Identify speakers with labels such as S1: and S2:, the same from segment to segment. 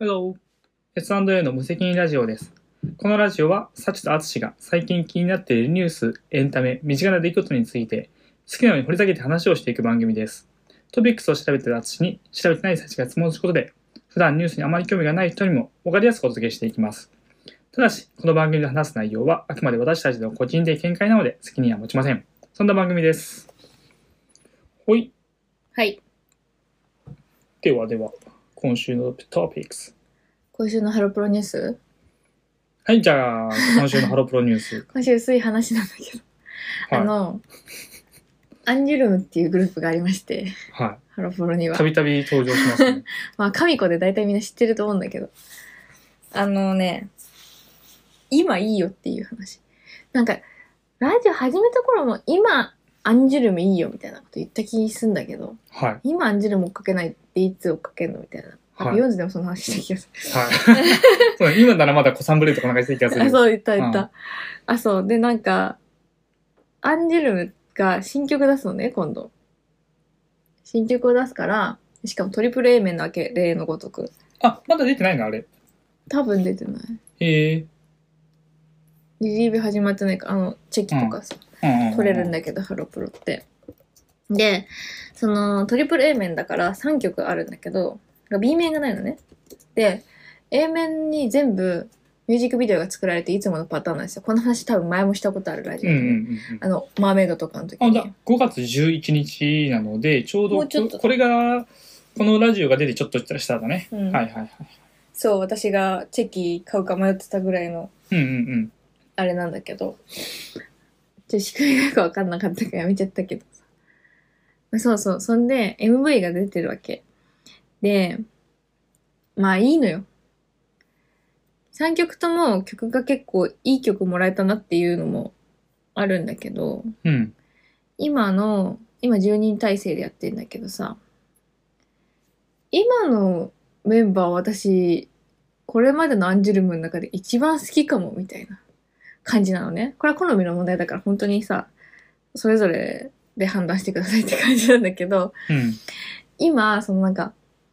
S1: Hello! S&A の無責任ラジオです。このラジオは、サチとアツシが最近気になっているニュース、エンタメ、身近な出来事について、好きなように掘り下げて話をしていく番組です。トピックスを調べているアツシに、調べてないサチが質問することで、普段ニュースにあまり興味がない人にも分かりやすくお届けしていきます。ただし、この番組で話す内容は、あくまで私たちの個人的見解なので、責任は持ちません。そんな番組です。ほい。
S2: はい。
S1: ではでは、今週のトピックス。
S2: 今週のハロプロニュース
S1: はい、じゃあ、今週のハロプロニュース。
S2: 今週薄い話なんだけど。
S1: はい
S2: あの、アンジュルムっていうグループがありまして、
S1: は
S2: ハロプロに
S1: い。
S2: は
S1: た。びたび登場します ね。
S2: まあ、神子で大体みんな知ってると思うんだけど。あのね、今いいよっていう話。なんか、ラジオ始めた頃も今、アンジュルムいいよみたいなこと言った気すんだけど、
S1: はい。はい。
S2: 今アンジュルム追っかけないっていつ追っかけんのみたいな。あ
S1: はい
S2: ビヨンズでもその話した気がする。
S1: そうね今ならまだ小三ブレーとかなんかしてる気がする。
S2: あ、そう、言った言った。
S1: うん
S2: あ、そう。で、なんか、アンジュルムが新曲出すのね、今度。新曲を出すから、しかもトリプル A 面なわけ、例のごとく。
S1: あ、まだ出てないのあれ。
S2: 多分出てない。
S1: え
S2: リリーブ始まってないか、あの、チェキとかさ、
S1: えうんうん。
S2: 取れるんだけど、ハロプロって。で、その、トリプル A 面だから3曲あるんだけど、B 面がないのね。で、A 面に全部、ミュージックビデオが作られていつものパターンなんですよ。この話多分前もしたことあるラジ
S1: う
S2: オ
S1: んう
S2: で
S1: ん
S2: ね。
S1: うん
S2: あの、マーメイドとかの時
S1: うん。あ、
S2: に。
S1: だ、5月11日なので、ちょうど
S2: もうちょっと
S1: これが、このラジオが出てちょっとした下だね。
S2: うん
S1: はいはいはい。
S2: そう、私がチェキ買うか迷ってたぐらいの
S1: うんうん
S2: あれなんだけど、ちょっと仕組みがよくわかんなかったからやめちゃったけどさ。まあそうそう、そんで MV が出てるわけ。で、まあいいのよ。3曲とも曲が結構いい曲もらえたなっていうのもあるんだけど、
S1: うん。うん。
S2: 今の、今10人体制でやってんだけどさ、今のメンバー私、これまでのアンジュルムの中で一番好きかも、みたいな感じなのね。これは好みの問題だから本当にさ、それぞれで判断してくださいって感じなんだけど、
S1: うん。
S2: 今、そのなんか、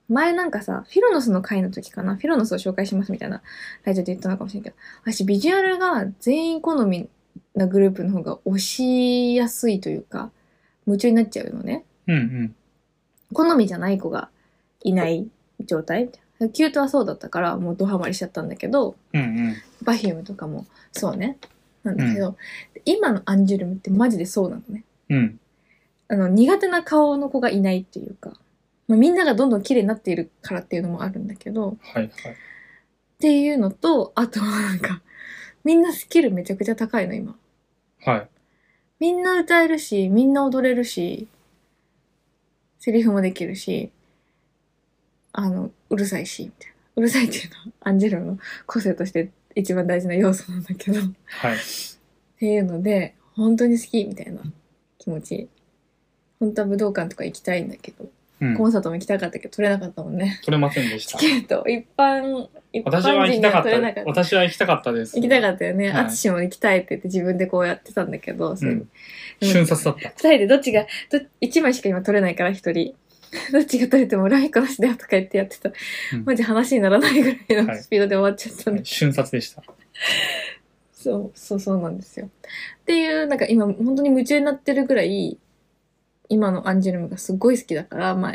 S2: 前なんかさ、フィロノスの回の時かな、フィロノスを紹介しますみたいなラジオで言ったのかもしれんけど、私ビジュアルが全員好みなグループの方が推しやすいというか、夢中になっちゃうのね。
S1: うんうん。
S2: 好みじゃない子がいない状態みたいな。キュートはそうだったから、もうドハマりしちゃったんだけど、
S1: うんうん。
S2: バヒウムとかもそうね。なんだけど、今のアンジュルムってマジでそうなのね。
S1: うん。
S2: あの、苦手な顔の子がいないっていうか、まあ、みんながどんどん綺麗になっているからっていうのもあるんだけど、
S1: はいはい。
S2: っていうのと、あとはなんか、みんなスキルめちゃくちゃ高いの、今。
S1: はい。
S2: みんな歌えるし、みんな踊れるし、セリフもできるし、あの、うるさいし、みたいな。うるさいっていうのは、アンジェロの 個性として一番大事な要素なんだけど、っ
S1: はい。
S2: ていうので、本当に好き、みたいな気持ち。本当は武道館とか行きたいんだけど、
S1: うん。
S2: コ
S1: 取
S2: ンサートも行きたかったけど、取れなかったもんね。
S1: れませんでし
S2: チ
S1: た。
S2: ケット、一般、一般
S1: 私は行き
S2: 人
S1: た
S2: が
S1: かっ
S2: 取れなか
S1: た。
S2: った。
S1: 私は行きたかったです。
S2: 行きたかったよね。
S1: はい
S2: 淳、も行きたいって言って自分でこうやってたんだけど、そうれ
S1: ん。瞬殺だった。
S2: 二人でどっちが、ど一枚しか今取れないから一人。 どっちが取れてもライコなしだよとか言ってやってた。
S1: うん
S2: マジ話にならないぐらい
S1: は
S2: の
S1: い
S2: スピードで終わっちゃったんで、
S1: 瞬殺でした。
S2: そう、そうそうなんですよ。っていう、なんか今本当に夢中になってるぐらい、今のアンジュルムがすごい好きだから、まあ、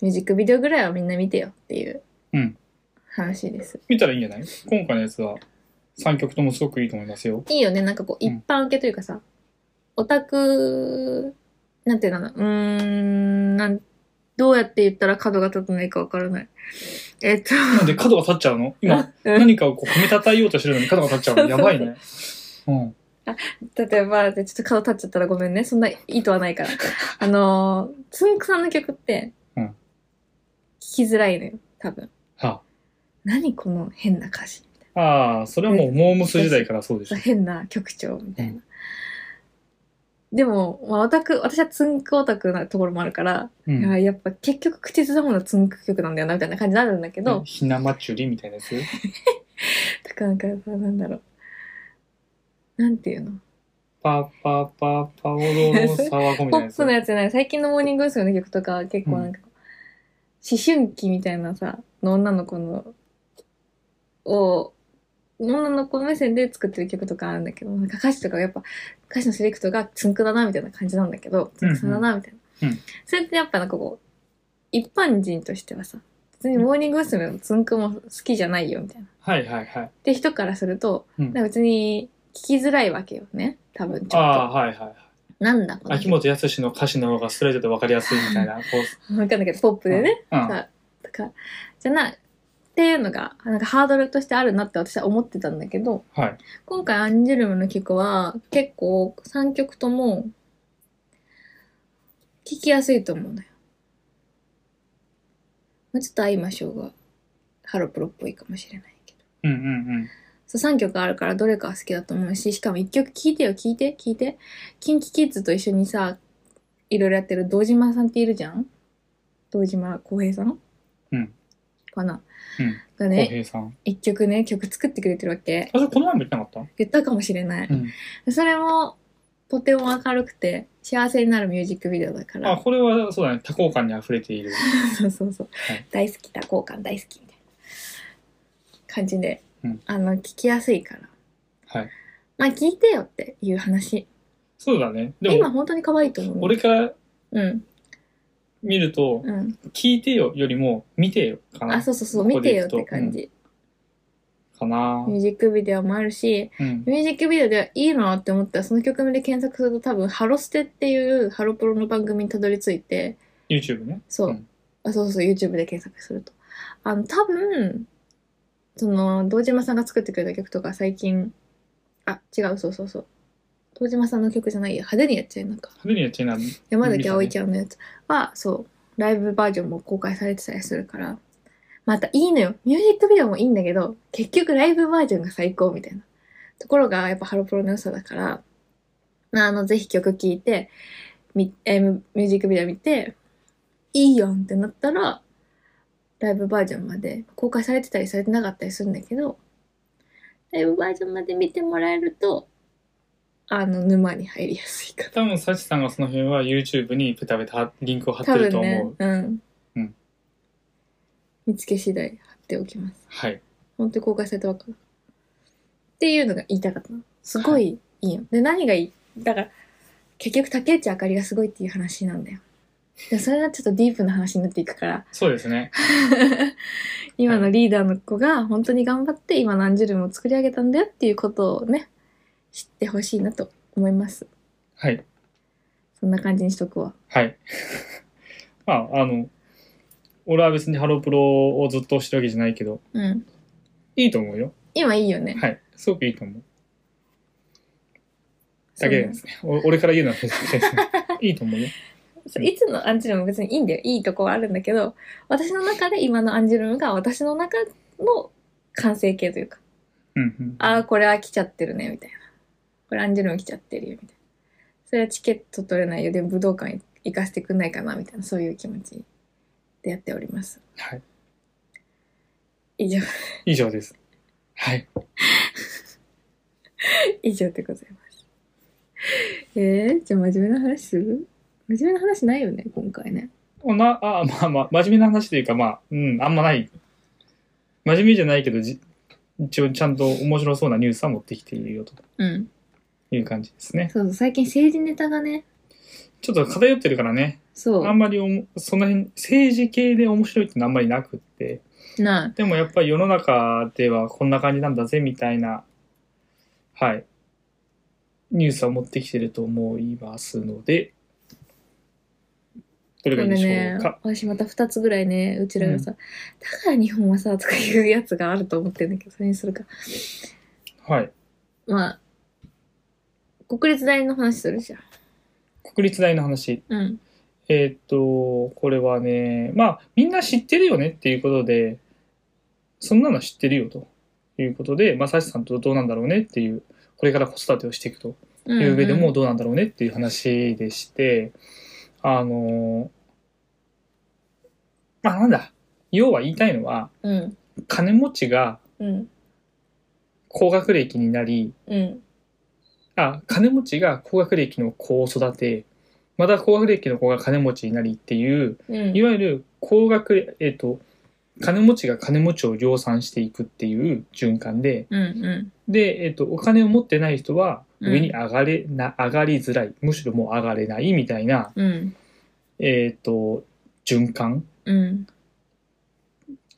S2: ミュージックビデオぐらいはみんな見てよっていう
S1: うん
S2: 話です。
S1: 見たらいいんじゃない今回のやつは3曲ともすごくいいと思いますよ。
S2: いいよね、なんかこう
S1: う
S2: 一
S1: ん
S2: 般受けというかさ、オタク、なんていうのかな、うーん、なん、どうやって言ったら角が立たないかわからない。えっと、
S1: なんで角が立っちゃうの今、
S2: うん
S1: 何かをこう褒めたたえようとしてるのに角が立っちゃうのやばいね。うん。
S2: 例えば、でちょっと角立っちゃったらごめんね。そんな意図はないから。あのー、つんくさんの曲って、
S1: うん
S2: 聞きづらいのよ、多分。
S1: は
S2: 何この変な歌詞。
S1: あ、ああ、それはもうモームス時代からそうでしょ。
S2: 変な曲調みたいな。でも、まあ、オタク、私はつんくオタクなところもあるから、
S1: う
S2: いや
S1: ん。
S2: やっぱ結局口ずさむのはつんく曲なんだよなみたいな感じになるんだけど、
S1: ひなまちゅりみたいなやつ
S2: だからなんかさなんだろうなんていうの
S1: パーパーパーパーおどろさわごみた
S2: ポ
S1: いなや
S2: ッ
S1: つ。
S2: プのやつじゃない最近のモーニング娘。の曲とかは結構なんか、思春期みたいなさの女の子のを女の子目線で作ってる曲とかあるんだけどなんか歌詞とかがやっぱ歌詞のセレクトがつんくだなみたいな感じなんだけどつんくさだなみたいな、
S1: うんうん
S2: それってやっぱなんかこう一般人としてはさ別にモーニング娘。のつんくも好きじゃないよみたいなっ
S1: はいはいはい。
S2: て人からすると、
S1: うん
S2: なんか別に聞きづらいわけよね多分ち
S1: あ
S2: ょ
S1: あ
S2: っ
S1: はいはいはい。
S2: となんだこの
S1: 秋元康の歌詞の方がストレートで分かりやすいみたいな。こう
S2: 分かんないけどポップでね、
S1: うんうん
S2: さとかじゃないっていうのがなんかハードルとしてあるなって私は思ってたんだけど
S1: はい。
S2: 今回アンジュルムの曲は結構3曲とも聴きやすいと思うのよ。もうちょっと会いましょうがハロプロっぽいかもしれないけど。
S1: うんうん
S2: そう3曲あるからどれかは好きだと思うししかも1曲聴いてよ聴いて聴いて。キンキキッズと一緒にさいろいろやってる堂島さんっているじゃん堂島浩平さん
S1: うん
S2: かな、
S1: うん
S2: が
S1: うん。浩
S2: ね
S1: 平さん。
S2: 1曲ね曲作ってくれてるわけ
S1: あ、それこの前も言ってなかっ
S2: 言ったかもしれない
S1: たうん。
S2: それもとても明るくて幸せになるミュージックビデオだ
S1: あ、
S2: から
S1: これはそうだね。多幸感に溢れている。
S2: そうそうそう、
S1: はい
S2: 大好きだ交換大好きみたいな感じで、
S1: うん
S2: あの聞きやすいから
S1: はい。
S2: まあ聞いてよっていう話
S1: そうだね。で
S2: 今
S1: も、
S2: 本当に可愛いと思う
S1: 俺から
S2: うん
S1: 見ると、
S2: うん
S1: 聞いてよよりも、見てよかな。
S2: あそうそうそう
S1: ここ
S2: 見
S1: で
S2: て
S1: い
S2: よ
S1: く
S2: っ
S1: と
S2: て感じ、
S1: かな
S2: ミュージックビデオもあるし
S1: うん。
S2: ミュージックビデオでいいなって思ったらその曲名で検索すると多分「ハロステ」っていうハロプロの番組にたどり着いて
S1: YouTube ね。
S2: そう、
S1: うん
S2: あそうそう YouTube で検索するとあの多分その堂島さんが作ってくれた曲とか最近あ違うそうそうそう堂島さんの曲じゃないや派手にやっちゃいなんか
S1: 派手にやっちゃいな。
S2: 山崎葵ちゃんのやつは、そうライブバージョンも公開されてたりするからまたいいのよミュージックビデオもいいんだけど結局ライブバージョンが最高みたいなところがやっぱハロプロの良さだからあのぜひ曲聴いてみえーミュージックビデオ見ていいやんってなったらライブバージョンまで公開されてたりされてなかったりするんだけどライブバージョンまで見てもらえるとあの沼に入りやすいかな
S1: 多分、サチさんがその辺は YouTube にペタペタリンクを貼って
S2: 多
S1: る
S2: 分
S1: と
S2: ね
S1: 思う。
S2: うん、
S1: うん
S2: 見つけ次第貼っておきます
S1: はい。
S2: 本当に公開されたばっかだっていうのが言いたかったのすごいいいよ、で何がいいだから結局竹内あかりがすごいっていう話なんだよでそれがちょっとディープな話になっていくから
S1: そうですね。
S2: 今のリーダーの子が本当に頑張って今何十ルも作り上げたんだよっていうことをね知ってほしいなと思います
S1: はい。
S2: そんな感じにしとくわ
S1: はい。 まあ、あの、俺は別にハロプロをずっと推してるわけじゃないけど、
S2: うん
S1: いいと思うよ。
S2: 今いいよね
S1: はい。すごくいいと思う。だけですね。お俺から言うのは別ですね。いいと思うよ。
S2: そういつのアンジュルムも別にいいんだよ。いいとこはあるんだけど、私の中で今のアンジュルムが私の中の完成形というか、
S1: うんうん。
S2: ああ、これは来ちゃってるね、みたいな。これアンジュルム来ちゃってるよ、みたいな。それはチケット取れないよ。で、武道館行かせてくんないかな、みたいな、そういう気持ちでやっております。
S1: はい。
S2: 以上、
S1: 以上です。はい。
S2: 以上でございます。えー、じゃあ真面目な話する真面目な話ないよね、今回ね。
S1: な、あ、まあまあ、真面目な話というか、まあ、うん、あんまない。真面目じゃないけど、じ一応ちゃんと面白そうなニュースは持ってきているよと
S2: うん。
S1: いう感じですね。
S2: そうそう、最近政治ネタがね、
S1: ちょっと偏ってるからね、
S2: そ
S1: あんまりおもその辺、政治系で面白いってのはあんまりなくって、
S2: う、ない。
S1: でもやっぱり世の中ではこんな感じなんだぜみたいな、はい、ニュースは持ってきてると思いますので、どれがいいでしょうか。
S2: これね、私また2つぐらいね、うちらがさ、だから日本はさ、とかいうやつがあると思ってるんだけど、それにするか。
S1: はい。
S2: まあ、国立大の話するじゃん。
S1: 国立大の話。
S2: うん。
S1: えーっと、これはね、まあ、みんな知ってるよねっていうことで、そんなの知ってるよということで、まあ、サシさんとどうなんだろうねっていう、これから子育てをしていくと
S2: うん
S1: いう上でも
S2: うん
S1: どうなんだろうねっていう話でして、あの、まあなんだ、要は言いたいのは、
S2: うん。
S1: 金持ちが
S2: うん。
S1: 高学歴になり、
S2: うん。
S1: あ、金持ちが高学歴の子を育て、また高学歴の子が金持ちになりっていう、
S2: うん。
S1: いわゆる高学、えっと、金持ちが金持ちを量産していくっていう循環で、
S2: うんう
S1: で、えっと、お金を持ってない人は
S2: うん
S1: 上に上がれな、上がりづらい、むしろもう上がれないみたいな、
S2: んうん
S1: えっと、循環
S2: うん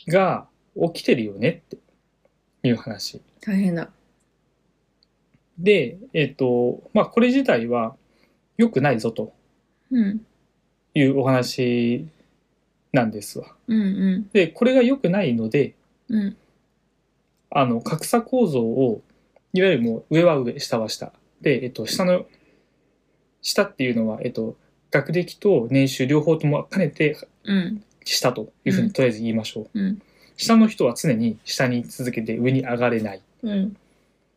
S1: が起きてるよねっていう話。
S2: 大変だ
S1: で、えっと、まあ、これ自体は良くないぞと
S2: うん
S1: いうお話なんですわ。
S2: うんうん
S1: で、これが良くないので、
S2: うん
S1: あの格差構造をいわゆるもう上は上下は下で、えっと、下の下っていうのは、えっと、学歴と年収両方とも兼ねて
S2: うん
S1: 下というふう
S2: うん
S1: にとりあえず言いましょう、
S2: うん
S1: 下の人は常に下に居続けて上に上がれないっ
S2: うん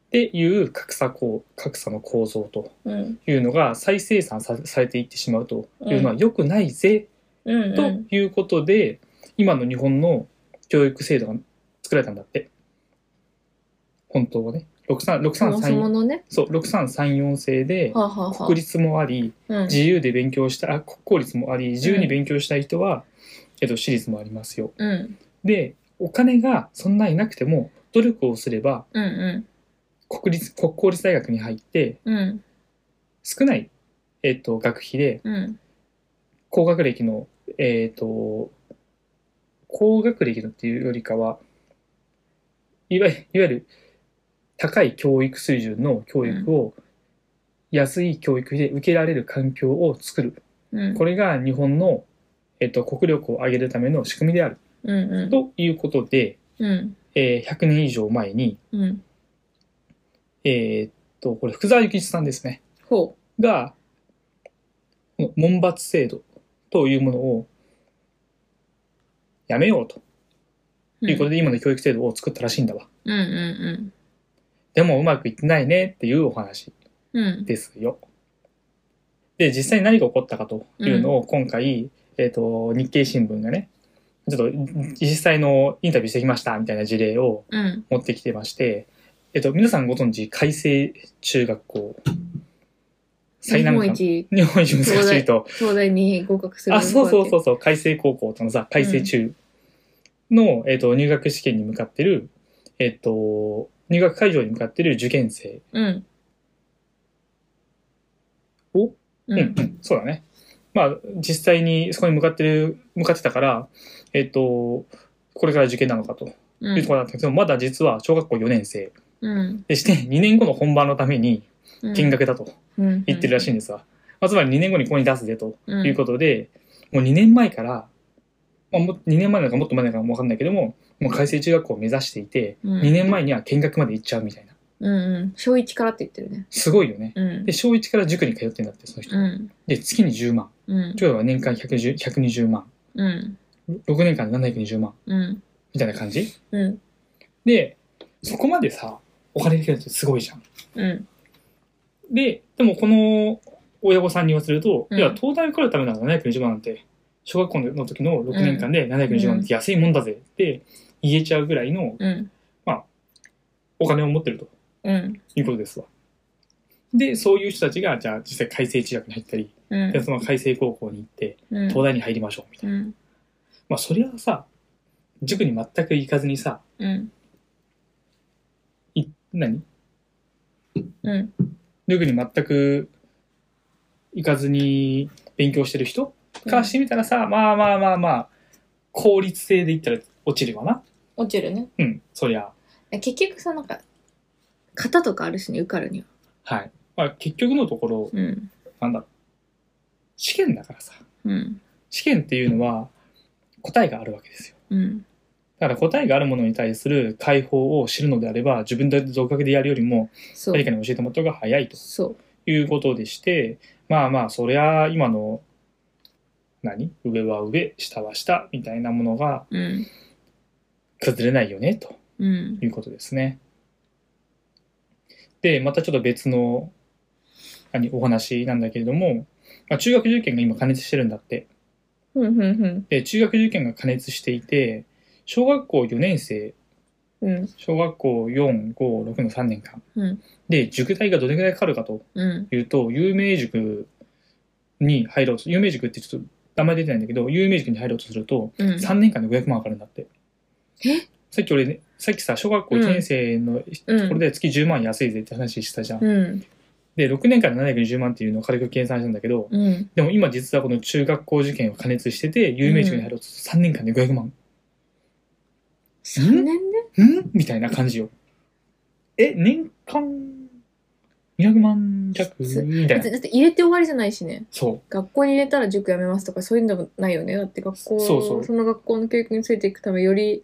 S1: ていう格差こう格差の構造と
S2: うん
S1: いうのが再生産さされていってしまうというのは
S2: うん
S1: 良くないぜ、
S2: うん
S1: ということで今の日本の教育制度が作られたんだって本当はね63 6334
S2: そもそものね
S1: そう、6334制で、
S2: はあ、はあはあ
S1: 国立もあり、
S2: うん
S1: 自由で勉強した、あ、国公立もあり、自由に勉強したい人は、えっと、私立もありますよ。
S2: うん
S1: で、お金がそんなになくても、努力をすれば、
S2: うんうん
S1: 国立、国公立大学に入って、
S2: うん
S1: 少ない、えっと、学費で、
S2: うん
S1: 高学歴の、えっと、高学歴のっていうよりかは、いわゆる、いわゆる、高い教育水準の教育を、安い教育費で受けられる環境を作る。
S2: うん
S1: これが日本の、えっと、国力を上げるための仕組みである。
S2: うんうん
S1: ということで、
S2: うん
S1: えー100年以上前に、
S2: うん
S1: えーっと、これ、福沢諭吉さんですね。
S2: ほ
S1: が、この門罰制度というものをやめようと
S2: う
S1: いうことで、今の教育制度を作ったらしいんだわ。
S2: うんうん
S1: でもうまくいってないねっていうお話
S2: うんうん
S1: ですよ。で、実際に何が起こったかというのを今回、えっ、と、日経新聞がね、ちょっと実際のインタビューしてきましたみたいな事例を
S2: うん
S1: 持ってきてまして、えっ、と、皆さんご存知、改正中学校。最
S2: 日
S1: 難
S2: 本
S1: 関。
S2: 一
S1: 日本一難しいと。
S2: 東大に合格する
S1: あ、そうそうそううそう、改正高校とのさ、改正中の、えっ、と、入学試験に向かってる、えっ、と、入学会場に向かってる受験生
S2: うん
S1: を、
S2: う
S1: うん
S2: ん
S1: うん、そうだね。まあ、実際にそこに向かってる、向かってたから、えっと、これから受験なのかという
S2: うん
S1: ところだったけど、まだ実は小学校4年生
S2: うん
S1: でして、2年後の本番のために
S2: うん
S1: 見学だと言ってるらしい
S2: い
S1: んですわ。まあ、つまり2年後にここに出すぜと
S2: と
S1: いうことで、もう2年前から、まあ、も2年前なのかもっと前なのかもわかんないけども、もう改正中学校を目指していて、
S2: うん
S1: 2年前には見学まで行っちゃうみたいな。
S2: うんうん小一からって言ってるね
S1: すごいよね。
S2: うん
S1: で、小1から塾に通ってんだって、その人
S2: う。ん
S1: で、月に10万。
S2: うん
S1: ということは年間110 120万。
S2: うん
S1: 6年間で720万
S2: うん
S1: みたいな感じ
S2: うん
S1: でそこまでさお金かけるってすごいじゃん。
S2: うん
S1: ででもこの親御さんに言わせると、
S2: うん
S1: いや東大受かるためなら720万なんて小学校の時の6年間で720万って安いもんだぜって言えちゃうぐらいの
S2: うん
S1: お金を持ってると
S2: うん
S1: いうことですわ。でそういう人たちがじゃあ実際改正中学に入ったり、
S2: うん
S1: でその改正高校に行って
S2: うん
S1: 東大に入りましょうみたいな。
S2: うん
S1: まあそれはさ塾に全く行かずにさ
S2: うん
S1: い何
S2: うん
S1: 塾に全く行かずに勉強してる人からしてみたらさ、まあまあまあまあ効率性で言ったら落ちるわな
S2: 落ちるね
S1: うんそりゃ
S2: え結局さなんか型とかあるしね受かるには
S1: はい、まあ、結局のところ
S2: うん
S1: なんだろう試験だからさ
S2: うん
S1: 試験っていうのは答えがあるわけですよ
S2: うん
S1: だから答えがあるものに対する解放を知るのであれば自分で独学でやるよりも
S2: そう
S1: 誰かに教えてもらった方が早いと
S2: そう
S1: いうことでしてまあまあそりゃ今の何上は上下は下みたいなものが
S2: うん
S1: 崩れないよねと
S2: うん
S1: いうことですね。でまたちょっと別の何お話なんだけれども、まあ、中学受験が今加熱してるんだって
S2: ふんふんふん
S1: で中学受験が加熱していて小学校4年生
S2: うん
S1: 小学校456の3年間、
S2: うん
S1: で塾代がどれぐらいかかるかと
S2: うん
S1: 言うと、有名塾に入ろうと、有名塾ってちょっと名前出てないんだけど、有名塾に入ろうとすると、
S2: うん
S1: 3年間で500万かかるんだって。
S2: え
S1: さっき俺ね、さっきさ、小学校1年生の
S2: う
S1: ところ
S2: ん。
S1: で月10万安いぜって話したじゃん。
S2: うん。
S1: で、6年間で720万っていうのを軽く計算したんだけど、
S2: うん。
S1: でも今実はこの中学校受験を加熱してて、有名塾に入ろうと3年間で500万。
S2: 3年で
S1: んみたいな感じよ。え、年間200万弱みた
S2: だ
S1: い
S2: って
S1: な。
S2: だって入れて終わりじゃないしね。
S1: そ
S2: 学校に入れたら塾やめますとかそういうのもないよね。だって学校、
S1: そうそう
S2: の学校の教育についていくため、より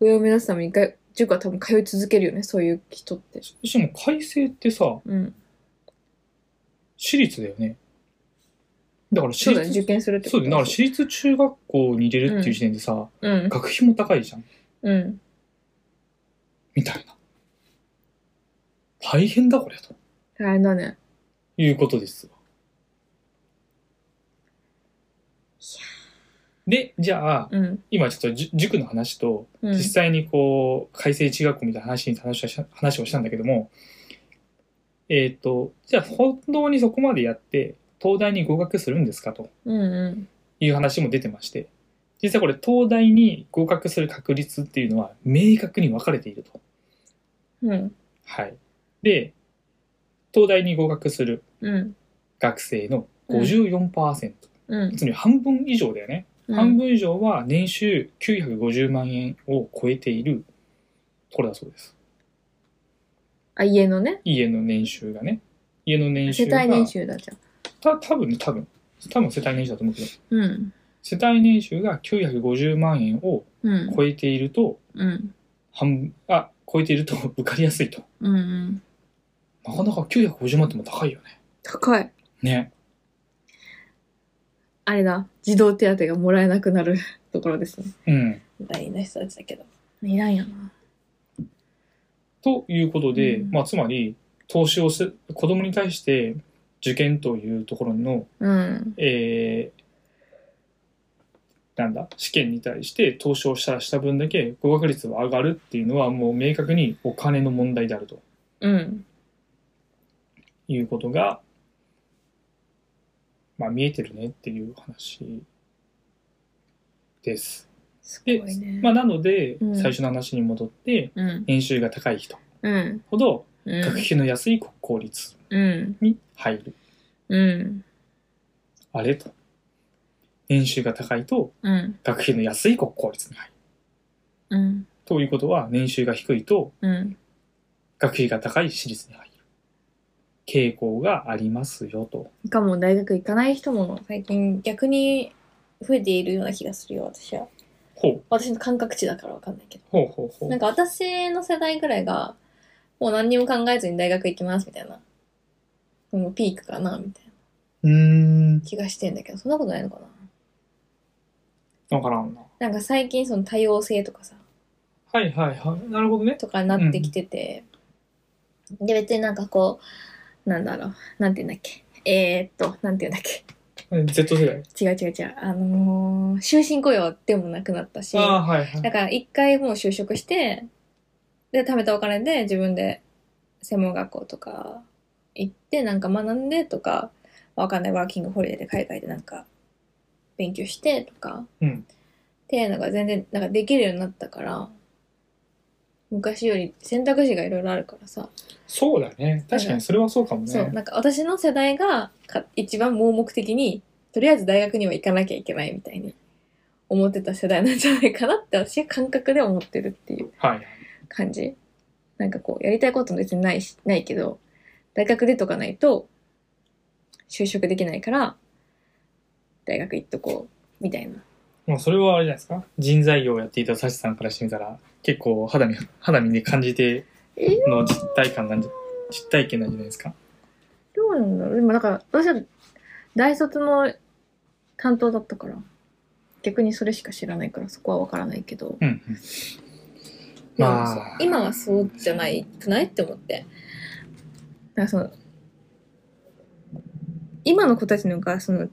S2: 上を目指すためにが、塾は多分通い続けるよね。そういう人って
S1: う。。そしても改正ってさ、
S2: うん。
S1: 私立だよね。だから私
S2: そうだね。
S1: 立、
S2: 受験するって
S1: そうだよだから
S2: し。
S1: 私立中学校に入れるっていう時点でさ、
S2: うん。
S1: 学費も高いじゃん。
S2: うん。
S1: みたいな。大変だこれと
S2: 大変だね。
S1: いうことですわ。で、じゃあ、
S2: うん。
S1: 今ちょっとじ塾の話と、
S2: うん
S1: 実。際にこう改正中学校みたいな話に話をした話をしたんだけどもえっ、とじゃあ本当にそこまでやって東大に合格するんですかと
S2: うんうん。
S1: いう話も出てまして実際これ東大に合格する確率っていうのは明確に分かれていると。
S2: うん。
S1: はい、で東大に合格する
S2: うん。
S1: 学生の54%、
S2: うん。
S1: つまり半分以上だよね。
S2: うん
S1: 半分以上は年収950万円を超えているところだそうです。
S2: あ、家のね。
S1: 家の年収がね家の年
S2: 世
S1: 収が
S2: 帯年収だじゃん。
S1: た多分ね多分多分世帯年収だと思うけど
S2: うん。
S1: 世帯年収が950万円を
S2: うん。
S1: 超えていると
S2: うん。
S1: 半分あ超えていると受かりやすいと
S2: うんうん。
S1: なかなか950万っても高いよね
S2: 高い。
S1: ね
S2: あれだ。児童手当がもらえなくなる ところですね。
S1: うん
S2: みたいな人たちだけど。いらんやな。
S1: ということで、
S2: うん
S1: まあつまり投資をす子供に対して受験というところの
S2: うん。
S1: えーなんだ試験に対して投資をしたらした分だけ合格率は上がるっていうのはもう明確にお金の問題であると
S2: うん。
S1: いうことが、まあ、見えてるねっていう話です。
S2: すご
S1: で、
S2: いね。
S1: まあ、なので、
S2: うん
S1: 最初の話に戻って、
S2: うん。
S1: 年収が高い人
S2: うん。
S1: ほど
S2: う
S1: 学
S2: ん。
S1: 費の安い国公立
S2: うん。
S1: に入る。
S2: うん。
S1: あれと。年収が高いと
S2: うん。
S1: 学費の安い国公立に入る。
S2: うん。
S1: ということは、年収が低いと
S2: うん。
S1: 学費が高い私立に入る。傾向がありますよと。
S2: しかも大学行かない人も最近逆に増えているような気がするよ、私は。
S1: ほう、
S2: 私の感覚値だからわかんないけど。
S1: ほうほうほう。
S2: なんか私の世代ぐらいが、もう何にも考えずに大学行きますみたいな。もうピークかなみたいな
S1: うーん、
S2: 気がしてんだけど、そんなことないのかな
S1: わからんな。
S2: なんか最近その多様性とかさ、
S1: はいはいはい。なるほどね。
S2: とかになってきてて、で別になんかこう、なんだろう、なんて言うんだっけ。えー、っと、なんて言うんだっけ。
S1: Z 世代。
S2: 違う違う違う。あのー終身雇用でもなくなったし、
S1: ああ
S2: だ
S1: ー、はいはい。
S2: から一回もう就職して、で、貯めたお金で自分で専門学校とか行って、なんか学んでとか、わかんない、ワーキングホリデーで海外でなんか勉強してとか、
S1: うん
S2: っていうのが全然、なんかできるようになったから、昔より選択肢がいろいろあるからさ、
S1: そうだね。確かにそれはそうかもね。
S2: そう、なんか私の世代がか一番盲目的に、とりあえず大学には行かなきゃいけないみたいに思ってた世代なんじゃないかなって私は感覚で思ってるっていう
S1: はい。
S2: 感じ。なんかこう、やりたいことも別にないし、ないけど、大学出とかないと就職できないから、大学行っとこう、みたいな。
S1: まあそれはあれじゃないですか。人材業をやっていたサシさんからしてみたら、結構肌身、肌身に感じての実体感なんじゃ、実体験なんじゃないですか。
S2: どうなんだろうでもだから、私は大卒の担当だったから、逆にそれしか知らないから、そこはわからないけど。
S1: うんうん。まあ、
S2: 今はそうじゃないくないって思ってなんかその今の子たちの方がその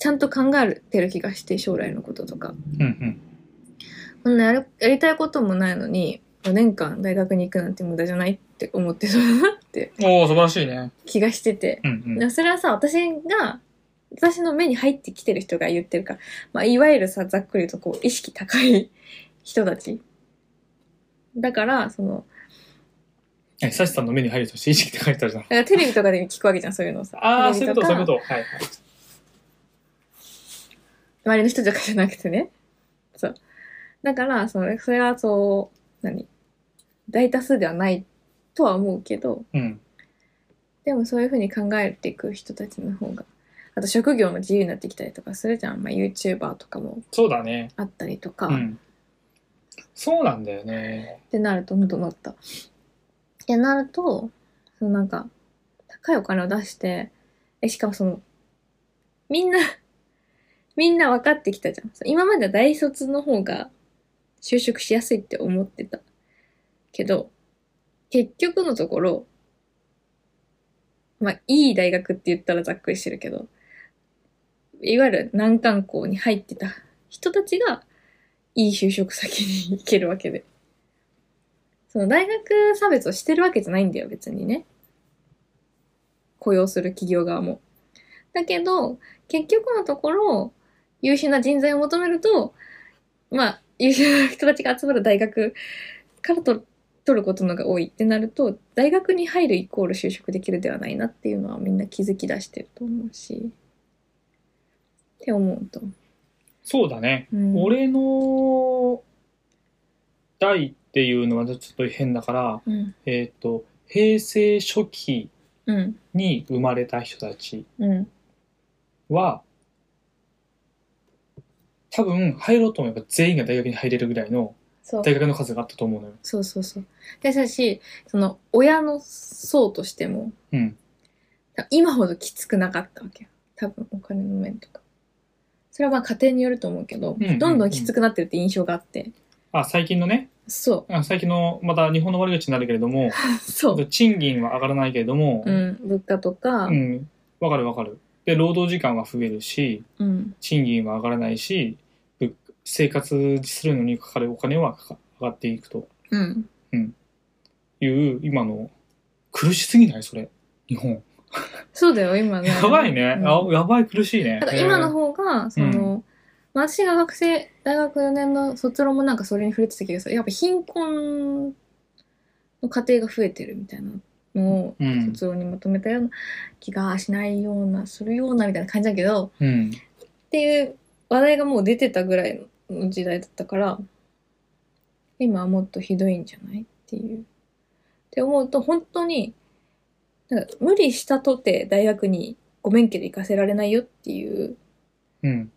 S2: ちゃんと考えてる気がして将来のこととか
S1: うんうん。
S2: こんなやるやりたいこともないのに5年間大学に行くなんて無駄じゃないって思ってそうだなって
S1: おお素晴らしいね。
S2: 気がしてて
S1: うんうん。
S2: でもそれはさ私が私の目に入 ってきてる人が言ってるから、まあ、いわゆるさざっくり言うとこう意識高い人たちだから、その、
S1: えサシさんの目に入るとして意識って書いてあるじゃん。
S2: だからテレビとかで聞くわけじゃん、そういうのをさ。
S1: ああ、そ
S2: テ
S1: うい
S2: レ
S1: う
S2: ビ
S1: ことと、そ
S2: か
S1: ういうこと。はい。
S2: 周りの人とかじゃなくてね。そう。だから、そのそれはそう、何大多数ではないとは思うけど、
S1: うん。
S2: でもそういうふうに考えていく人たちの方が、あと職業も自由になってきたりとかするじゃん。まあ、YouTuber とかも
S1: そうだね。
S2: あったりとか、
S1: う
S2: っ
S1: ん。そうなんだよね。
S2: てなると、喉鳴った。ってなると、そのなんか、高いお金を出して、え、しかもその、みんな、 みんな分かってきたじゃん。そう今までは大卒の方が就職しやすいって思ってた。けど、結局のところ、まあ、いい大学って言ったらざっくりしてるけど、いわゆる難関校に入ってた人たちが、いい就職先に行けるわけで。その大学差別をしてるわけじゃないんだよ、別にね。雇用する企業側も。だけど、結局のところ、優秀な人材を求めると、まあ、優秀な人たちが集まる大学からと取ることのが多いってなると、大学に入るイコール就職できるではないなっていうのはみんな気づき出してると思うし、って思うと。
S1: そうだね。
S2: うん、
S1: 俺の代っていうのはちょっと変だから、
S2: うん、
S1: えっ、と、平成初期
S2: うん、
S1: に生まれた人たち
S2: うん。
S1: は、多分入ろうと思えば全員が大学に入れるぐらいの
S2: そう。
S1: 大学の数があったと思うのよ。
S2: そうそうそう。で、だし、その、親の層としても、
S1: うん。
S2: 今ほどきつくなかったわけよ。多分、お金の面とか。それはまあ家庭によると思うけど、
S1: んうんうん
S2: どんどんきつくなってるって印象があって。
S1: あ、最近のね、
S2: そ
S1: あ最近の、また日本の悪口になるけれども、
S2: う。そう。
S1: 賃金は上がらないけれども、
S2: うん。物価とか、
S1: う
S2: うん。
S1: ん、わかるわかる。で、労働時間は増えるし、賃金は上がらないし、ぶ生活するのにかかるお金はかか上がっていくと
S2: うん。
S1: いう、今の、苦しすぎないそれ。日本。
S2: そうだよ、今ね。
S1: やばいね。
S2: うん
S1: あやばい、苦しいね
S2: た。だ今の方が、その、
S1: う
S2: まあ私が学生、大学4年の卒論もなんかそれに触れてたけどさ、やっぱ貧困の家庭が増えてるみたいなのを、
S1: うん。
S2: 卒論にまとめたような気がしないようなするようなみたいな感じだけど
S1: うん。
S2: っていう話題がもう出てたぐらいの時代だったから今はもっとひどいんじゃないっていう。って思うと本当になんか無理したとて大学にご免許で行かせられないよっていう
S1: うん。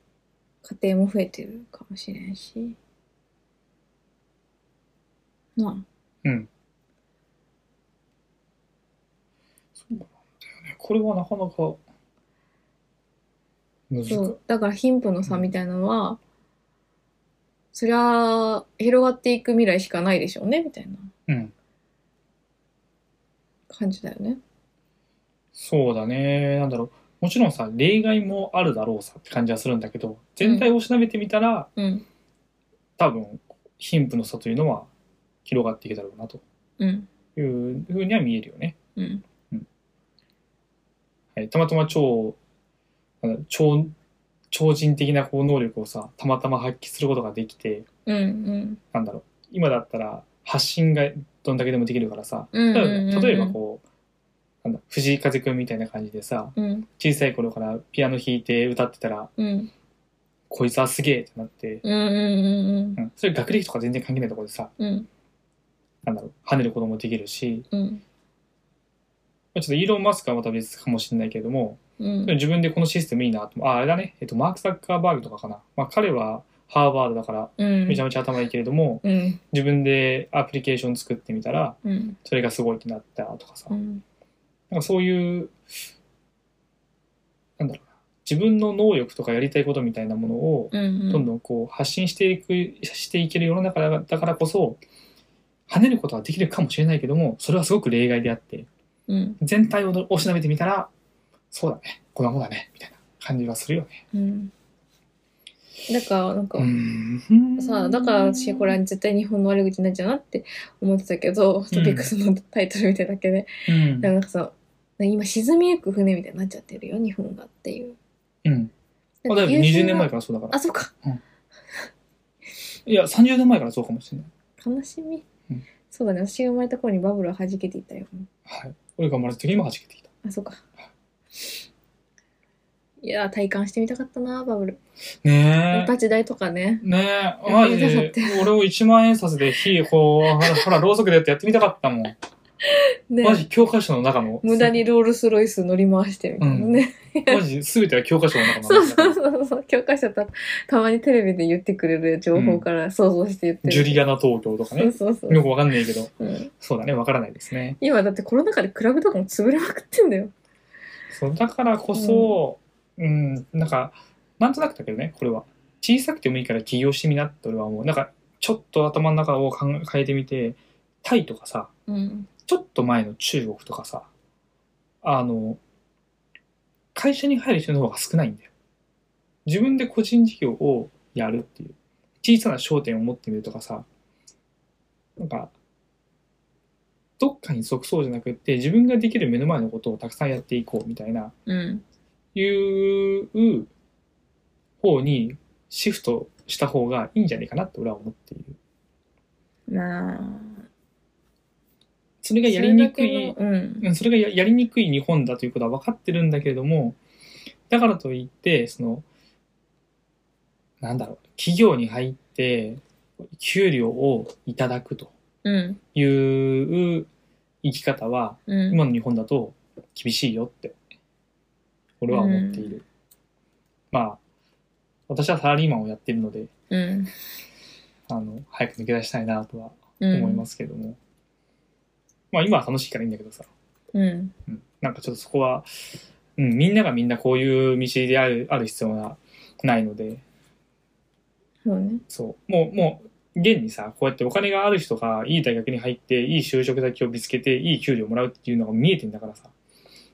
S2: 家庭も増えてるかもしれんし。
S1: そ
S2: なあ
S1: うなんだよね。これはなかなか、難しい。
S2: そうだから貧富の差みたいなのは、そりゃあ広がっていく未来しかないでしょうねみたいな
S1: うん。
S2: 感じだよね。
S1: そうだね。なんだろう。もちろんさ、例外もあるだろうさって感じはするんだけど、全体を調べてみたら、
S2: うん
S1: 多分貧富の差というのは広がっていけたろうなと
S2: うん
S1: いうふうには見えるよね。
S2: うん
S1: はい、たまたま超あの超超人的なこう能力をさたまたま発揮することができて
S2: うんうん
S1: なんだろう今だったら発信がどんだけでもできるからさ
S2: うんうん
S1: 例
S2: うん
S1: え
S2: う
S1: ば
S2: ん
S1: 例えばこうなんだ藤井風くんみたいな感じでさ
S2: うん
S1: 小さい頃からピアノ弾いて歌ってたら
S2: うん
S1: こいつはすげえってなって、
S2: うんうん
S1: うん、それ学歴とか全然関係ないところでさ
S2: うんうん
S1: なんだろう跳ねることもできるし
S2: うん
S1: まあちょっとイーロン・マスクはまた別かもしれないけれども
S2: うん
S1: 自分でこのシステムいいなと思う。あ、あれだね。えっと、マーク・ザッカーバーグとかかな。まあ、彼はハーバードだから、
S2: うん
S1: めちゃめちゃ頭いいけれども、
S2: うん
S1: 自分でアプリケーション作ってみたら、
S2: うん
S1: それがすごいってなったとかさ。
S2: うん
S1: なんかそういう、なんだろうな。自分の能力とかやりたいことみたいなものを、
S2: うん
S1: どんどんこう発信していく、していける世の中だだからこそ、跳ねることはできるかもしれないけども、それはすごく例外であって、
S2: うん
S1: 全体をおしなべてみたら、そうだね。こんなもんだね。みたいな感じがするよね。
S2: うんだからなんか、
S1: うん
S2: さあだから私これは絶対日本の悪口になっちゃうなって思ってたけど、トピックスのタイトル見てるだけで
S1: うん
S2: でもなんかさ、今沈みゆく船みたいになっちゃってるよ、日本がっていう。
S1: うんあだいぶ20年前からそうだから
S2: あ、そうか。
S1: いや30年前からそうかもしれない
S2: 悲しみ。
S1: うん
S2: そうだね私が生まれた頃にバブルは弾けていたよ
S1: はい。俺が生まれた時にも弾けてきた。
S2: あそうかいやー体感してみたかったなバブル
S1: ね
S2: 一
S1: え。
S2: 発代とかね
S1: ねえ、
S2: や
S1: マ
S2: って
S1: ジ
S2: みたかっ
S1: で
S2: た、
S1: 俺を1万円札で火、こう、ほら、ほ らろうそくでやってやってみたかったもん。
S2: ね
S1: マジ教科書の中の。
S2: 無駄にロールスロイス乗り回してみたいなね、
S1: マジ全ては教科書の中の。
S2: そうそうそうそう教科書たたまにテレビで言ってくれる情報から想像して言ってる、
S1: ジュリアナ東京とかね。
S2: そうそうそう
S1: よくわかんないけど。
S2: うん
S1: そうだね、わからないですね。
S2: 今だってコロナ禍でクラブとかも潰れまくってんだよ
S1: そう、だからこそ、うん、なんか、なんとなくだけどね、これは。小さくてもいいから起業してみなって俺は思う。なんか、ちょっと頭の中を考え変えてみて、タイとかさ、
S2: うん
S1: ちょっと前の中国とかさ、あの、会社に入る人の方が少ないんだよ。自分で個人事業をやるっていう。小さな商店を持ってみるとかさ、なんか、どっかに属そうじゃなくって、自分ができる目の前のことをたくさんやっていこうみたいな、
S2: うん
S1: いう方にシフトした方がいいんじゃないかなって俺は思っている。
S2: まあ
S1: それがやりにく
S2: それ
S1: い
S2: だ。けのうん
S1: うんそれがややりにくい日本だということは分かってるんだけれどもだからといってそのなんだろう企業に入って給料をいただくと
S2: うん
S1: いう生き方は
S2: うん
S1: 今の日本だと厳しいよって俺は思っている、まあ私はサラリーマンをやってるので
S2: うん
S1: あの早く抜け出したいなとは
S2: うん
S1: 思いますけども、まあ今は楽しいからいいんだけどさ
S2: うん
S1: うんなんかちょっとそこは、うん、みんながみんなこういう道であるある必要はないので、
S2: そうね
S1: そう、もう、もう、現にさ、こうやってお金がある人がいい大学に入って、いい就職先を見つけて、いい給料もらうっていうのが見えてんだからさ、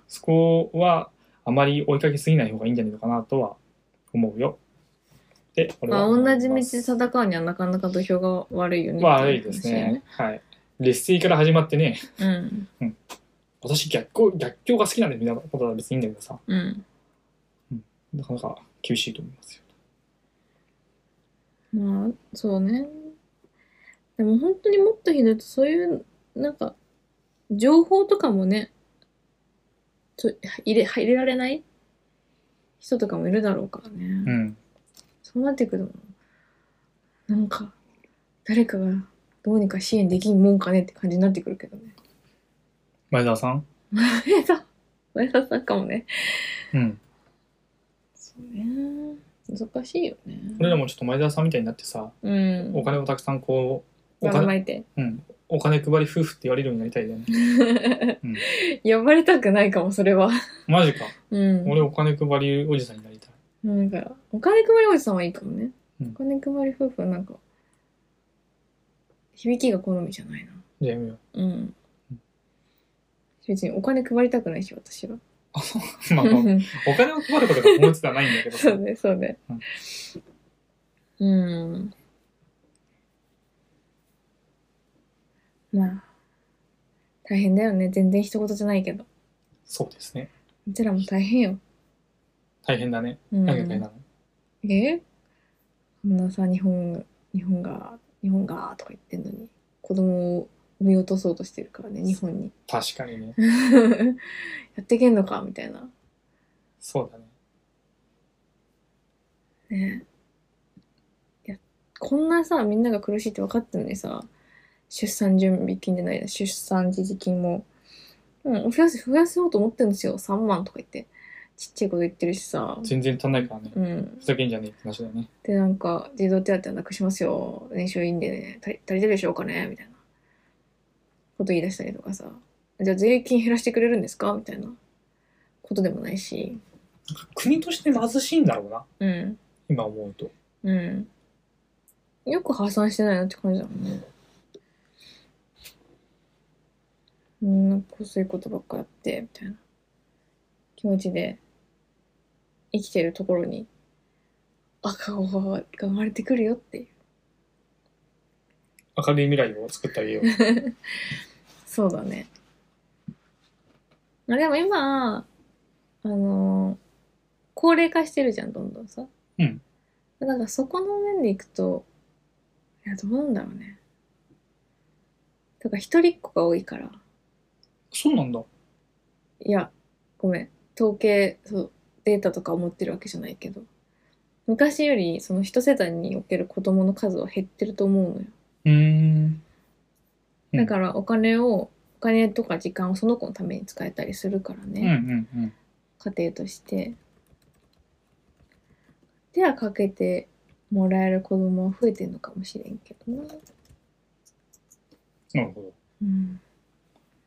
S1: そこはあまり追いかけすぎない方がいいんじゃないのかなとは思うよ。で、俺
S2: ま
S1: は
S2: あ
S1: 思い
S2: 同
S1: ます。
S2: じ道定かにはなかなか土俵が悪いよね
S1: まあ悪いですね。はい。劣勢から始まってね、
S2: うん
S1: 私逆境、逆境が好きなんでみたいなことは別にいいんだけどさ、
S2: うん
S1: なかなか厳しいと思いますよ。
S2: まあそうねでも本当にもっとひどいとそういうなんか情報とかもねと入れ入れられない人とかもいるだろうからね、
S1: うん。
S2: そうなってくるのなんか誰かがどうにか支援できんもんかねって感じになってくるけど ね
S1: 前澤さん
S2: 前田前田さんかもね
S1: うん。
S2: そうね難しいよね
S1: 俺らもちょっと前澤さんみたいになってさ、
S2: うん
S1: お金をたくさんこう、お
S2: ばら
S1: 金、
S2: まいて
S1: うん、お金配り夫婦って言われるようになりたいよね。うん
S2: 呼ばれたくないかもそれは
S1: マジか。
S2: うん
S1: 俺お金配りおじさんになりたい。
S2: なんか、お金配りおじさんはいいかもね。
S1: うん
S2: お金配り夫婦はなんか、響きが好みじゃないな。
S1: じゃあやめよ う。
S2: うん。別にお金配りたくないし、私は。
S1: あ、そう。まあ まあ、お金を配ることが本質ではないんだけどさ。
S2: そうね、そうね。うん。まあ、大変だよね。全然一言じゃないけど。
S1: そうですね。
S2: うちらも大変よ。
S1: 大変だね。
S2: うん
S1: 何が大変なの
S2: えこんなさ日本日本が日本がとか言ってんのに子供を産み落とそうとしてるからね日本に
S1: 確かにね。
S2: やってけんのかみたいな
S1: そうだね。
S2: ねいやこんなさみんなが苦しいって分かってるのにさ出産準備金じゃないな出産一時金も、うん、増やす増やそうと思ってるんですよ3万とか言ってちっちゃいこと言ってるしさ
S1: 全然足んないからね。
S2: うん
S1: ふざけんじゃねえって話だよね。
S2: でなんか児童手当はなくしますよ年収いいんでね足り足りてるでしょうかねみたいなこと言い出したりとかさじゃあ税金減らしてくれるんですかみたいなことでもないし
S1: 国として貧しいんだろうな。
S2: うん
S1: 今思うと。
S2: うんよく破産してないなって感じだもんねうんなんかそういうことばっかやってみたいな気持ちで生きてるところに赤子が生まれてくるよっていう
S1: 明るい未来を作ってあげ よう。
S2: そうだね。まあでも今、あのー高齢化してるじゃん、どんどんさ。
S1: うん。
S2: だからそこの面でいくと、いや、どうなんだろうね。とか一人っ子が多いから。
S1: そうなんだ。
S2: いや、ごめん。統計、そう、データとかを持ってるわけじゃないけど。昔より、その一世帯における子供の数は減ってると思うのよ。
S1: うーん。うん
S2: だからお金を、お金とか時間をその子のために使えたりするから
S1: うんう
S2: ね。
S1: んうん。
S2: 家庭として。手はかけてもらえる子供は増えてるのかもしれんけどな。
S1: なるほど。
S2: うん。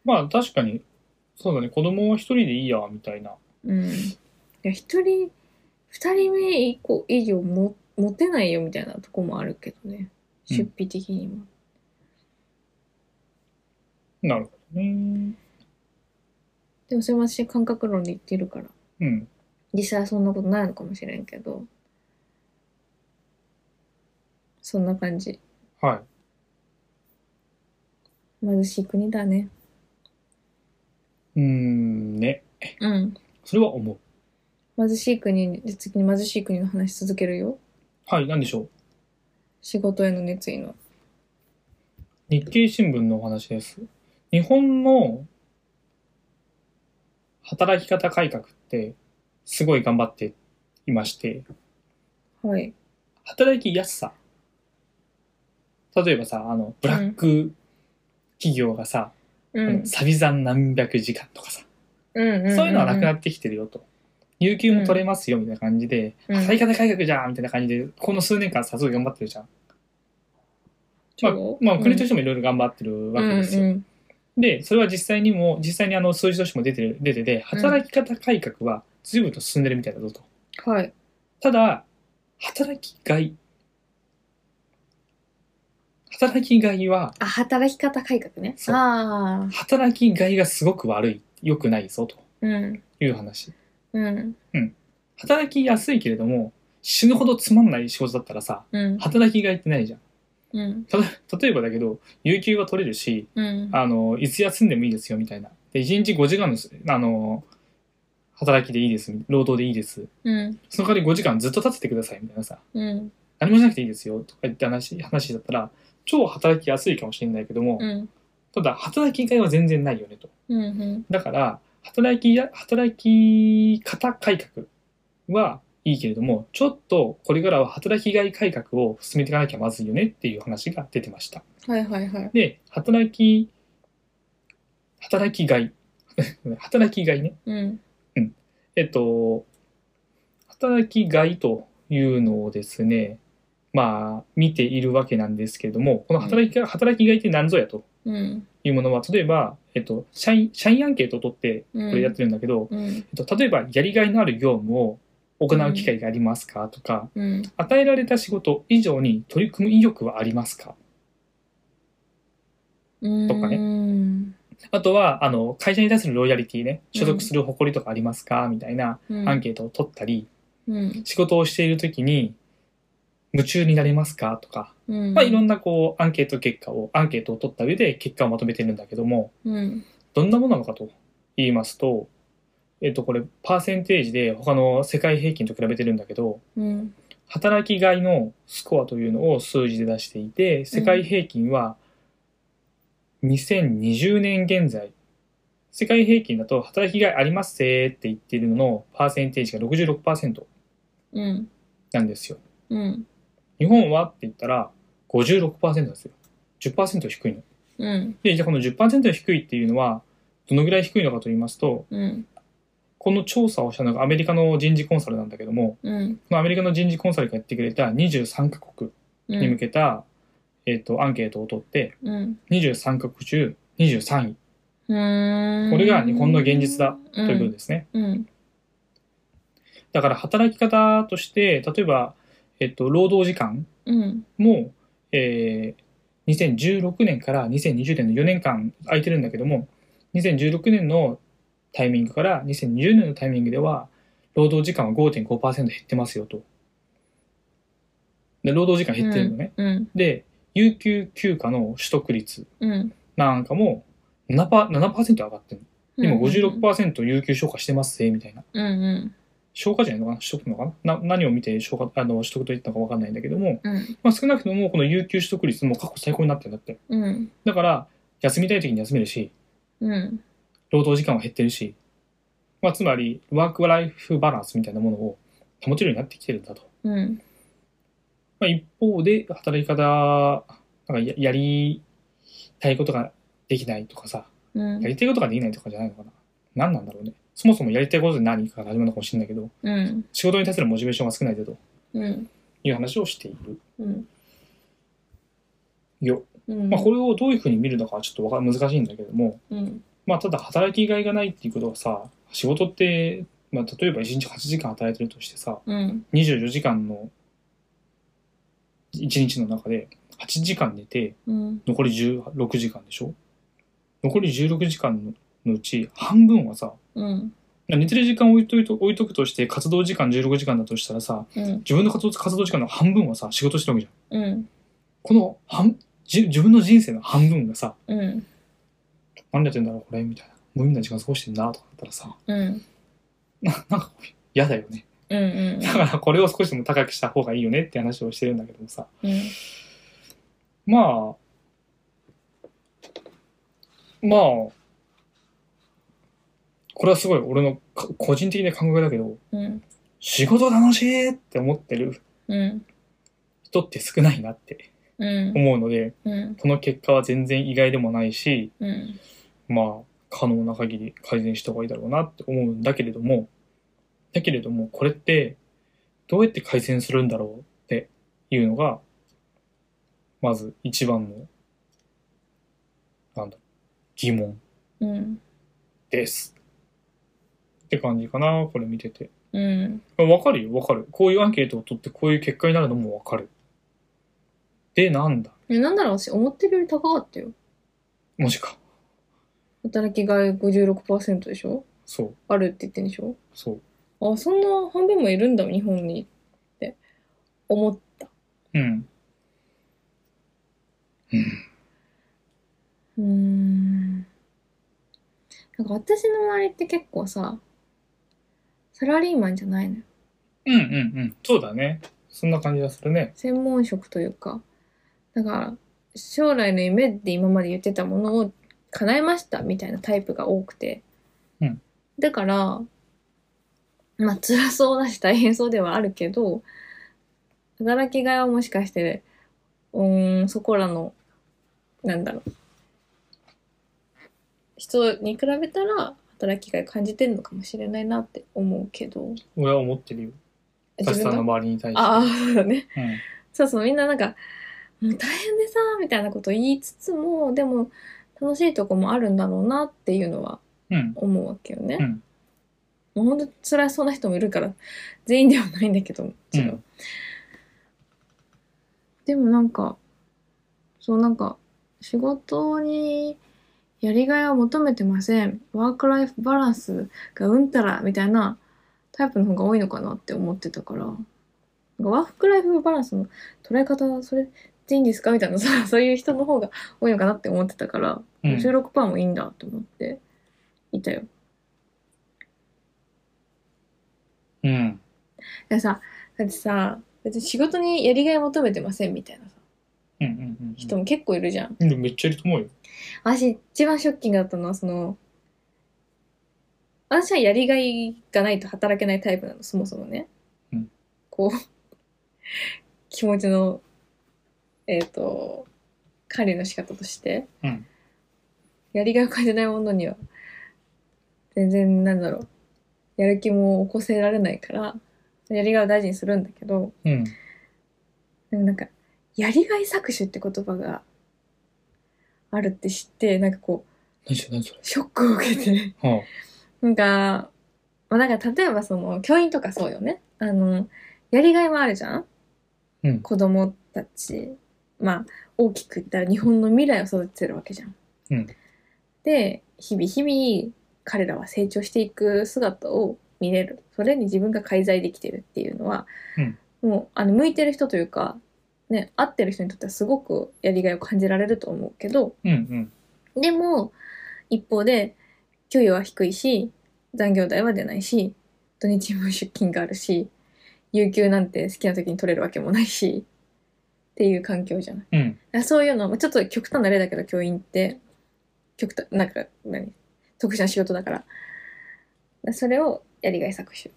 S1: まあ確かに、そうだね、子供は一人でいいや、みたいな。
S2: うん。いや、一人、二人目以降以上も持てないよみたいなとこもあるけどね。
S1: うん
S2: 出費的にも。
S1: なるほどね。
S2: でもそれも私感覚論で言ってるから
S1: うん。
S2: 実際はそんなことないのかもしれんけどそんな感じ
S1: はい。
S2: 貧しい国だね
S1: うーん、ね。
S2: うん
S1: それは思う。
S2: 貧しい国にじゃあ次に貧しい国の話続けるよ
S1: はい、なんでしょう。
S2: 仕事への熱意の
S1: 日経新聞のお話です。日本の働き方改革ってすごい頑張っていまして、
S2: はい
S1: 働きやすさ。例えばさ、あの、ブラック企業がさ、
S2: う
S1: あのサビ残何百時間とかさ、そういうのはなくな
S2: っ
S1: ってきてるよと。有給も取れますよみたいな感じで、
S2: うん
S1: 働き方改革じゃんみたいな感じで、この数年間さ、すごい頑張ってるじゃん。まあ、まあ、国としててもいろいろ頑張ってるわけですよ。
S2: うんうん
S1: で、それは実際にも、実際にあの数字としても出てる、出てて、働き方改革は随分と進んでるみたいだぞと。
S2: うんはい
S1: ただ、働きがい。働きがいは、
S2: あ働き方改革ね
S1: そう
S2: ああ
S1: 働きがいがすごく悪い、良くないぞと
S2: うん
S1: いう話。
S2: うん
S1: 働きやすいけれども、死ぬほどつまんない仕事だったらさ、
S2: うん
S1: 働きがいってないじゃん。
S2: うん
S1: たと例えばだけど、有給は取れるし、
S2: うん
S1: あの、いつ休んでもいいですよ、みたいな。で、1日5時間のす、あの、働きでいいです、労働でいいです。
S2: うん
S1: その代わり5時間ずっと立っててくださいみたいなさ、
S2: うん
S1: 何もしなくていいですよとか言って話、話だったら、超働きやすいかもしれないけども、
S2: うん
S1: ただ働きがいは全然ないよねと。
S2: うんうん
S1: だから、働きや、働き方改革はいいけれども、ちょっとこれからは働きがい改革を進めていかなきゃまずいよねっていう話が出てました。
S2: はいはいはい
S1: で、働き、働きがい。 働きがいね。
S2: うん
S1: えっと、働きがいというのをですね、まあ、見ているわけなんですけれども、この働きが、働きがいって何ぞやと
S2: うん。
S1: いうものは、例えば、えっと、社員、社員アンケートを取って、こ
S2: こ
S1: れやってるんだけど、
S2: うん。
S1: えっと、例えば、やりがいのある業務を行う機会がありますかとか、
S2: うん。
S1: 与えられた仕事以上に取り組む意欲はありますか
S2: うん。
S1: とかね
S2: ね。
S1: あとは、あの、会社に対するロイヤリティね、所属する誇りとかありますかみたいな
S2: うん。
S1: アンケートを取ったり、
S2: うん。
S1: 仕事をしている時に夢中になれますかとか、
S2: うん。
S1: まあ、いろん
S2: な。
S1: なこうアンケート結果をアンケートを取った上で結果をまとめてるんだけども
S2: うん。
S1: どんなものなのかと言いますと、えっと、これパーセンテージで他の世界平均と比べてるんだけど
S2: うん。
S1: 働きがいのスコアというのを数字で出していて世界平均は2020年現在世界平均だと働きがいありますせーって言ってるののパーセンテージが66%
S2: うん。
S1: なんですよ。
S2: うん。
S1: 日本はって言ったら56%なんですよ。10%低いの。
S2: うん。
S1: で、じゃあこの10%低いっていうのは、どのぐらい低いのかと言いますと、
S2: うん。
S1: この調査をしたのがアメリカの人事コンサルなんだけども、
S2: うん。
S1: このアメリカの人事コンサルがやってくれた23カ国に向けた、えっと、アンケートを取って、
S2: うん。
S1: 23カ国中23位
S2: うん。
S1: これが日本の現実だ
S2: と
S1: ということですね。
S2: うん。
S1: だから働き方として、例えば、えっと、労働時間
S2: うん。
S1: も、えー2016年から2020年の4年間空いてるんだけども2016年のタイミングから2020年のタイミングでは労働時間は5.5%減ってますよと。で労働時間減ってるのね。
S2: うん。
S1: で有給休暇の取得率
S2: うん。
S1: なんかも 7%, パ7%上がってるの今
S2: うん。
S1: 56%有給消化してますぜみたいな。
S2: うん。
S1: 消化じゃないのかな取得なのかなな何を見て消化あの取得と言ったのか分かんないんだけども、
S2: うん。
S1: まあ、少なくともこの有給取得率も過去最高になってるんだって。
S2: うん。
S1: だから、休みたい時に休めるし、
S2: うん。
S1: 労働時間は減ってるし、まあ、つまり、ワークライフバランスみたいなものを保てるようになってきてるんだと。
S2: うん。
S1: まあ、一方で、働き方、なんかややりたいことができないとかさ、
S2: うん
S1: や。りたいことができないとかじゃないのかな。何なんだろうね。そもそもやりたいことで何から始まるのかもしれないけど、
S2: うん。
S1: 仕事に対するモチベーションが少ないでと
S2: うん。
S1: いう話をしている
S2: うん。
S1: よ。
S2: うん。
S1: まあ、これをどういうふうに見るのかはちょっとわか難しいんだけども、
S2: うん。
S1: まあ、ただ働きがいがないっていうことはさ、仕事って、まあ、例えば1日8時間働いてるとしてさ、
S2: うん。
S1: 24時間の1日の中で8時間寝て、
S2: うん。
S1: 残り16時間でしょ残り16時間ののうち半分はさ、
S2: うん。
S1: 寝てる時間置いといと置いとくとして活動時間16時間だとしたらさ、
S2: うん。
S1: 自分の活動活動時間の半分はさ、仕事してるわけじゃん。
S2: うん。
S1: この半、じ自分の人生の半分がさ、
S2: うん。
S1: 何やってんだろうこれみたいな。無意味な時間過ごしてんなとかだったらさ、
S2: うん。
S1: ななんか嫌だよね。
S2: うん。
S1: だからこれを少しでも高くした方がいいよねって話をしてるんだけどもさ。
S2: うん。
S1: まあ、まあ、これはすごい俺のか個人的な考えだけど、
S2: うん。
S1: 仕事楽しいって思ってる
S2: うん。
S1: 人って少ないなって
S2: うん。
S1: 思うので、
S2: うん。
S1: この結果は全然意外でもないし、
S2: うん。
S1: まあ、可能な限り改善した方がいいだろうなって思うんだけれども、だけれども、これって、どうやって改善するんだろうっていうのが、まず一番の、なんだろう、疑問
S2: うん。
S1: です。って感じかな、これ見てて。
S2: うん。
S1: わかるよ、わかる。こういうアンケートを取ってこういう結果になるのもわかる。で、なんだ
S2: え、なんだろう、私、思ってるより高かったよ。
S1: もしか。
S2: 働きがい56%でしょ
S1: そう、
S2: あるって言ってんでしょ
S1: そう。
S2: あ、そんな半分もいるんだ、日本に。って思った。
S1: うん。うん。
S2: うーん。なんか私の周りって結構さ、サラリーマンじゃないのよ。
S1: うんうんうん。そうだね。そんな感じがするね。
S2: 専門職というか。だから、将来の夢って今まで言ってたものを叶えましたみたいなタイプが多くて。
S1: うん
S2: だから、まあ辛そうだし大変そうではあるけど、働きがいはもしかして、うーん、そこらの、なんだろう。人に比べたら働きがい感じてるのかもしれないなって思うけど。
S1: 俺は思ってるよ。サチさんの
S2: の
S1: 周りに対して。
S2: ああ、そうだね。
S1: うん。
S2: そうそう、みんななんか、もう大変でさ、みたいなことを言いつつも、でも、楽しいとこもあるんだろうなっていうのは
S1: うん。
S2: 思うわけよね。
S1: うん
S2: もうほんと辛そうな人もいるから、全員ではないんだけど、もちろん
S1: うん
S2: でもなんか、そうなんか、仕事にやりがいは求めてません。ワークライフバランスがうんたらみたいなタイプの方が多いのかなって思ってたから、なんかワークライフバランスの捉え方、それでいいんですかみたいな さ、そういう人の方が多いのかなって思ってたから、
S1: うん
S2: 16%もいいんだと思っていたよ。
S1: うん。
S2: いやさ、だってさ、別に仕事にやりがい求めてませんみたいなさ、
S1: うん。うん。
S2: 人も結構いるじゃん。
S1: うん。でもめっちゃいると思うよ。
S2: 私、一番ショッキングだったのは、その、私はやりがいがないと働けないタイプなの、そもそもね。
S1: うん
S2: こう、気持ちの、えっ、と、管理の仕方として、
S1: うん
S2: やりがいを感じないものには、全然、なんだろう、やる気も起こせられないから、やりがいを大事にするんだけど、
S1: うん。
S2: でもなんか、やりがい搾取って言葉があるって知って、なんかこう、
S1: 何それ何それ。
S2: ショックを受けて。
S1: は
S2: なんか、まあなんか例えばその、教員とかそうよね。あの、やりがいはあるじゃん
S1: うん
S2: 子供たち。まあ、大きく言ったら日本の未来を育ててるわけじゃん。
S1: うん
S2: で、日々日々、彼らは成長していく姿を見れる。それに自分が介在できてるっていうのは、
S1: うん
S2: もう、あの、向いてる人というか、ね、合ってる人にとってはすごくやりがいを感じられると思うけど、
S1: あ。うん
S2: でも、一方で、給与は低いし、残業代は出ないし、土日も出勤があるし、有給なんて好きな時に取れるわけもないし、っていう環境じゃない。
S1: うん。うん。
S2: だからそういうの、まあちょっと極端な例だけど、教員って、極端、なんか、何特殊な仕事だから。それをやりがい搾取。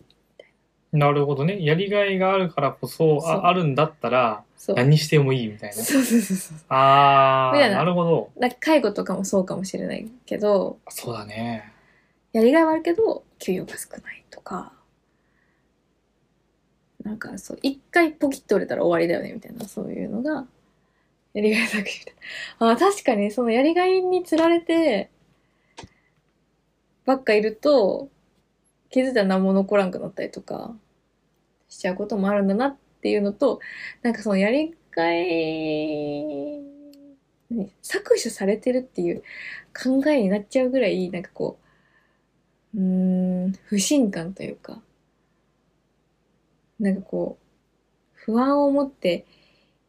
S1: なるほどね。やりがいがあるからこそ、
S2: そう
S1: ああるんだったら、
S2: そう。
S1: 何してもいいみたいな。
S2: そうそうそうそう。
S1: あ
S2: みた
S1: ー、
S2: いな
S1: なるほど。
S2: なんか介護とかもそうかもしれないけど、
S1: そうだね。
S2: やりがいはあるけど、給与が少ないとか、なんかそう、一回ポキッと折れたら終わりだよね、みたいな、そういうのが、やりがい搾取みたいな。あー確かに、そのやりがいにつられて、ばっかいると、気づいたら何も残らんくなったりとか、しちゃうこともあるんだなっていうのと、なんかそのやりがい、何搾取されてるっていう考えになっちゃうぐらい、なんかこう、うーん、不信感というか、なんかこう、不安を持って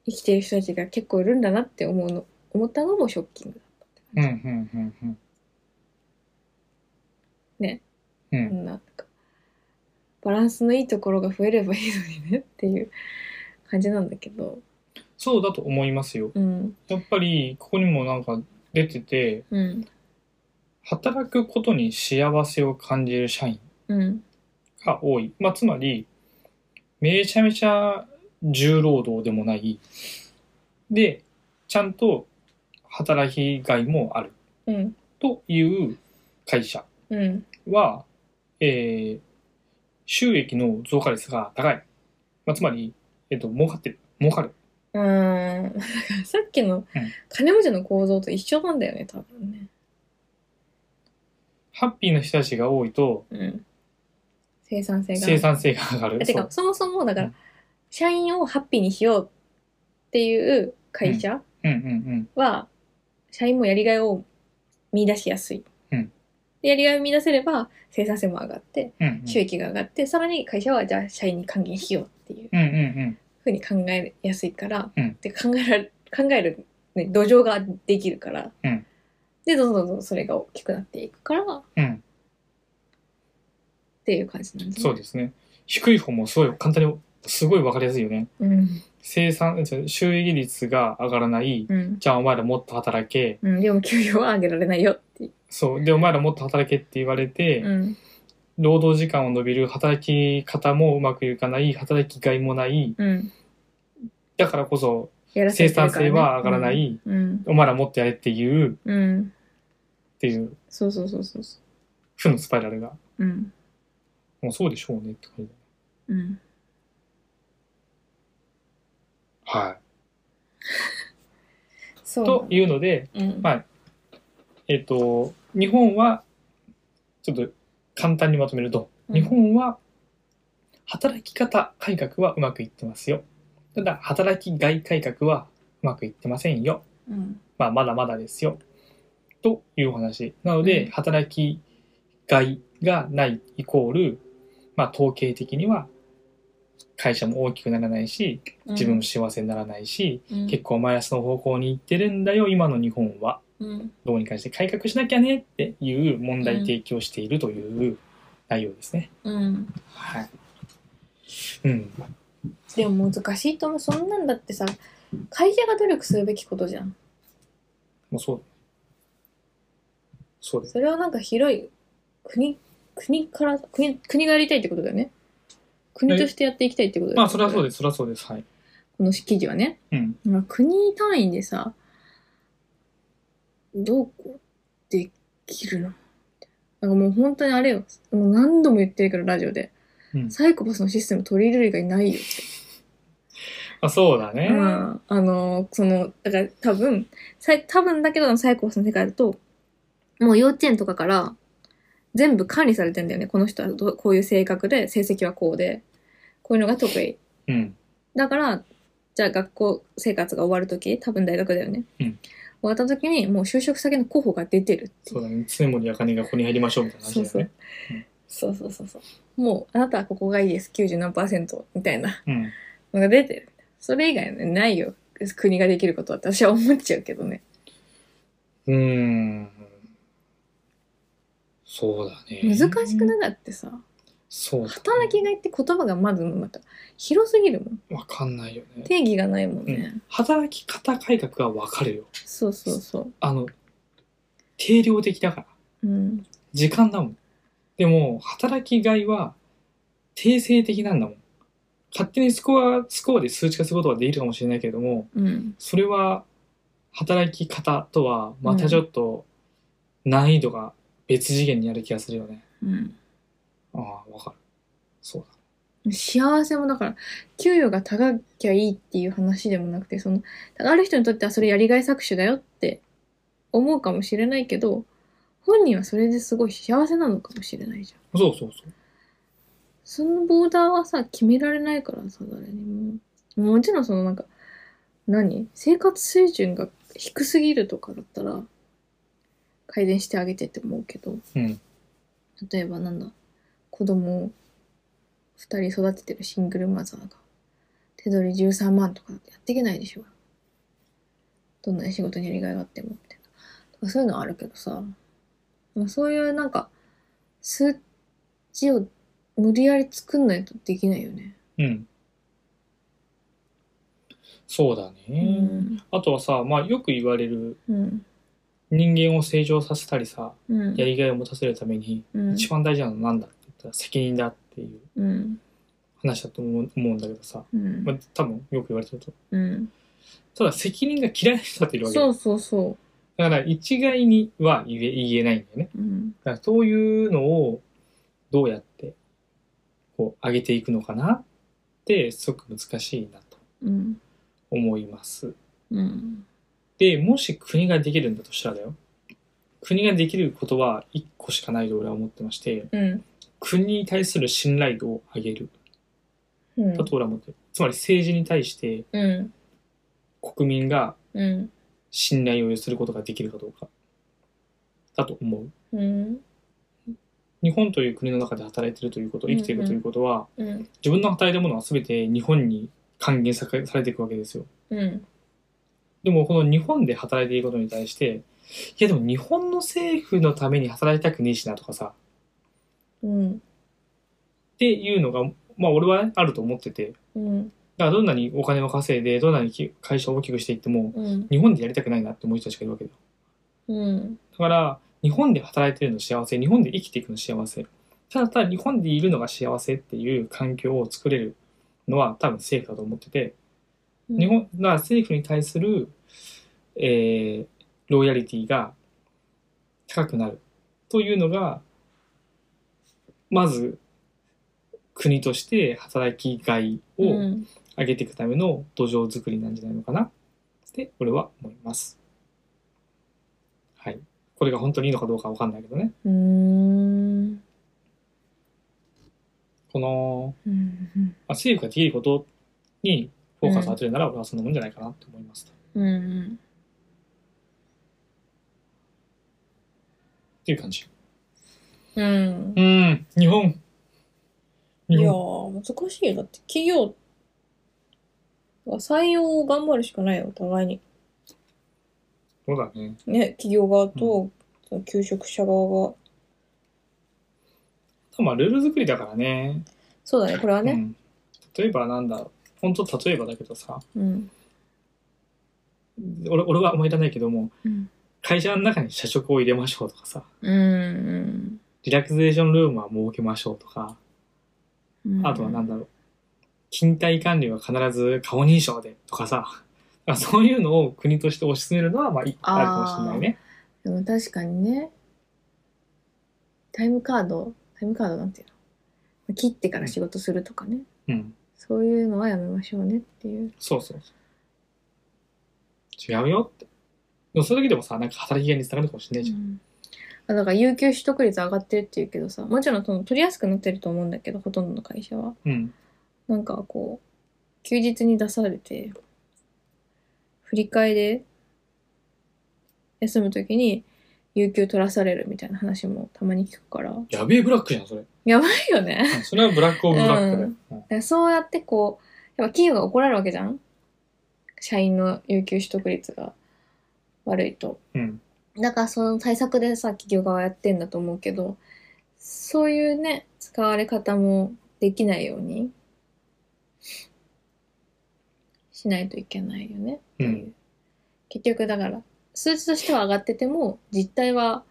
S2: 生きてる人たちが結構いるんだなって思うの、思ったのもショッキングだったって
S1: うん、
S2: 感
S1: う
S2: じ。
S1: ん、うん、うん。
S2: ね。
S1: う
S2: こ
S1: ん。
S2: んな、なんかバランスのいいところが増えればいいのにねっていう感じなんだけど、
S1: そうだと思いますよ。
S2: うん、
S1: やっぱり、ここにもなんか出てて、
S2: うん、
S1: 働くことに幸せを感じる社員
S2: うん、
S1: が多い。まあ、つまり、めちゃめちゃ重労働でもない。で、ちゃんと働きがいもある
S2: うん、
S1: という会社。
S2: うん、
S1: は、えー収益の増加率が高い。まあ、つまり、えっ、と、儲かってる。儲かる。
S2: うーん、だからさっきの
S1: うん
S2: 金持ちの構造と一緒なんだよね、多分ね。
S1: ハッピーな人たちが多いと、
S2: うん。生産性が。
S1: 生産性が上がる。
S2: て
S1: そ
S2: か
S1: う、。
S2: そもそも、だから、
S1: うん
S2: 社員をハッピーにしようっていう会社
S1: うんうん
S2: は、社員もやりがいを見出しやすい。
S1: うん
S2: でやりがいを見出せれば、生産性も上がって、
S1: うん。うん
S2: 収益が上がって、さらに会社は、じゃあ、社員に還元しようっていう
S1: うんうんうん。
S2: ふうに考えやすいから、
S1: うん
S2: で考えられ考える、ね、土壌ができるから、
S1: うん
S2: でどんどんどんどんそれが大きくなっていくからっ
S1: うん。
S2: ていう感じなんです
S1: そうですね。低い方もすごい簡単に、すごいわかりやすいよね。
S2: うん
S1: 生産、じゃ収益率が上がらない。
S2: うん
S1: じゃあお前らもっと働け。
S2: うん、でも給与は上げられないよっていう。
S1: そう。で、お前らもっと働けって言われて、
S2: うん
S1: 労働時間を伸びる、働き方もうまくいかない、働きがいもない。
S2: うん、
S1: だからこそ、
S2: やらせ
S1: 生
S2: てる
S1: 産
S2: からね
S1: 性は上がらな。い、
S2: うん、
S1: お前らもっとやれっていう、
S2: うん、うん
S1: っていう、
S2: そうそうそうそうそ
S1: 負のスパイラルが、
S2: う。うん、
S1: もうそうでしょうねって感じ。
S2: うん、
S1: は
S2: そ
S1: い。
S2: うなの
S1: というので、
S2: うん
S1: まあえっ、と、日本は、ちょっと簡単にまとめると、
S2: うん
S1: 日本は、働き方改革はうまくいってますよ。ただ、働きがい改革はうまくいってませんよ。
S2: うん、
S1: まあ、まだまだですよ。というお話。なので、
S2: うん
S1: 働きがいがないイコール、まあ、統計的には、会社も大きくならないし、自分も幸せにならないし、
S2: うん、
S1: 結構マイナスの方向に行ってるんだよ、今の日本は。
S2: うん、
S1: どうにかして改革しなきゃねっていう問題提起をしているという内容ですね。
S2: うん。
S1: はい。うん。
S2: でも難しいと思う。そんなんだってさ、会社が努力するべきことじゃん。
S1: もうそう。そうです。
S2: それはなんか広い国、国から、国、国がやりたいってことだよね。国としてやっていきたいってことだよね。
S1: まあ、それはそうです。それはそうです。はい。
S2: この記事はね。
S1: うん。
S2: まあ国単位でさ、どうこうできるのなんかもう本当にあれよ。もう何度も言ってるけど、ラジオで。
S1: うん
S2: サイコパスのシステム取り入れる以外ないよって。
S1: まあ、そうだね。
S2: まあ、あの、その、だから多分、さい多分だけど、サイコパスの世界だと、もう幼稚園とかから、全部管理されてんだよね。この人はどうこういう性格で、成績はこうで、こういうのが得意。
S1: うん。
S2: だから、じゃあ学校生活が終わるとき、多分大学だよね。
S1: うん
S2: 終わったときに、もう就職先の候補が出てるってい。
S1: そううだね。常森茜がここに入りましょうみたいな話だよね。
S2: そうそうそうそうそうそう。もう、あなたはここがいいです。90何パーセントみたいな
S1: うん。
S2: のが出てる。それ以外ね、ないよ。国ができることは私は思っちゃうけどね。
S1: うーん。そうだね。
S2: 難しくないだってさ、
S1: そうだ、ね。
S2: 働きがいって言葉がまずまた広すぎるもん。
S1: わかんないよね。
S2: 定義がないもん
S1: う
S2: ね。
S1: ん、働き方改革はわかるよ。
S2: そうそうそう。
S1: あの、定量的だから。
S2: うん。
S1: 時間だもん。でも、働きがいは、定性的なんだもん。勝手にスコア、スコアで数値化することはできるかもしれないけれども、
S2: うん。
S1: それは、働き方とは、またちょっと、難易度が別次元になる気がするよね。
S2: うん。
S1: ああ、わかる。そう
S2: 幸せもだから、給与が高きゃいいっていう話でもなくて、その、ある人にとってはそれやりがい搾取だよって思うかもしれないけど、本人はそれですごい幸せなのかもしれないじゃ
S1: だ。
S2: ん。
S1: そうそうそう。
S2: そのボーダーはさ、決められないからさ、誰にも。もちろんそのなんか、何生活水準が低すぎるとかだったら、改善してあげてって思うけど、
S1: うん。
S2: 例えばなんだ、子供を2人育ててるシングルマザーが、手取り13万とかだとやっていけないでしょ。どんなに仕事にやりがいがあっても、みたいな。とかそういうのはあるけどさ、まあそういうなんか、数値を無理やり作んないとできないよね。
S1: うん。そうだ
S2: う
S1: ね。あとはさ、まあよく言われる、
S2: うん。
S1: 人間を成長させたりさ、
S2: うん。
S1: やりがいを持たせるために、
S2: うん
S1: 一番大事なのは何だって言ったら責任だっていう
S2: うん。
S1: 話だと思う思うんだけどさ、
S2: うん
S1: まあ、多分よく言われてると
S2: うん。
S1: ただ責任が嫌いな人だっているわけ
S2: そ
S1: よ
S2: うそうそ
S1: だから一概には言え言えないんだよね
S2: う。うん。
S1: だからそういうのをどうやってこう上げていくのかなってすごく難しいなと
S2: うん。
S1: 思います
S2: うん。
S1: でもし国ができるんだとしたらだよ国ができることは1個しかないと俺は思ってまして
S2: うん。
S1: 国に対する信頼度を上げる
S2: うん
S1: だと俺は思ってるつまり政治に対して
S2: うん。
S1: 国民が
S2: うん。
S1: 信頼を寄せることができるかどうかだと思う
S2: うん。
S1: 日本という国の中で働いてるということ生きているということは、
S2: うん。
S1: 自分の働いたものは全て日本に還元さされていくわけですよ
S2: うん。
S1: でもこの日本で働いていることに対していやでも日本の政府のために働きたくねえしなとかさ
S2: うん。
S1: っていうのがまあ俺はねあると思ってて
S2: うん。
S1: だからどんなにお金を稼いでどんなにき会社を大きくしていっても
S2: うん。
S1: 日本でやりたくないなって思う人たちがいるわけだよ
S2: うん。
S1: だから、日本で働いてるの幸せ、日本で生きていくの幸せ。ただただ日本でいるのが幸せっていう環境を作れるのは多分政府だと思ってて、日本、だから政府に対する、えー、ロイヤリティが高くなるというのが、まず、国として働きがいを
S2: うん。
S1: 上げていくための土壌作りなんじゃないのかなって、俺は思います。はい。これが本当にいいのかどうかわかんないけどね。
S2: うん。
S1: この、
S2: うん。
S1: まあ、政府ができることにフォーカスを当てるなら、俺はそんなもんじゃないかなって思いますと。
S2: うん。
S1: っていう感じ。
S2: うん
S1: う。ーん、日本。
S2: い
S1: 日
S2: や
S1: 本。
S2: ー、難しいよ。だって企業は採用を頑張るしかないよ、お互いに。
S1: そうだね。
S2: ね、企業側と、その求職者側が。
S1: まあ、ルール作りだからね。
S2: そうだね、これは
S1: う
S2: ね。
S1: ん。例えばなんだ、本当例えばだけどさ、
S2: うん。
S1: 俺俺はあんまいらないけども、
S2: うん。
S1: 会社の中に社食を入れましょうとかさ、
S2: うん。
S1: リラクゼーションルームは設けましょうとか、
S2: うん
S1: あとはなんだろう。勤怠管理は必ず顔認証でとかさ。あそういうのを国として推し進めるのは、まあ、一個あるかもしれないね。
S2: でも確かにね、タイムカード、タイムカードなんていうの切ってから仕事するとかね。
S1: うん。
S2: そういうのはやめましょうねっていう。
S1: そうそうそう。違うよって。でもそれだけでもさ、なんか働きがいにつながるかもしれないじゃん。
S2: あだから有給取得率上がってるっていうけどさもちろんその取りやすくなってると思うんだけどほとんどの会社は
S1: うん。
S2: なんかこう休日に出されて振り替えで休む時に有給取らされるみたいな話もたまに聞くから
S1: やべえブラックじゃん、それ。
S2: やばいよね
S1: うんそれはブラックオブブラックだよ。うん
S2: だからそうやってこうやっぱ企業が怒られるわけじゃん社員の有給取得率が悪いと
S1: うん。
S2: だからその対策でさ、企業側やってんだと思うけど、そういうね、使われ方もできないようにしないといけないよね。
S1: うん。
S2: 結局だから、数値としては上がってても、実態は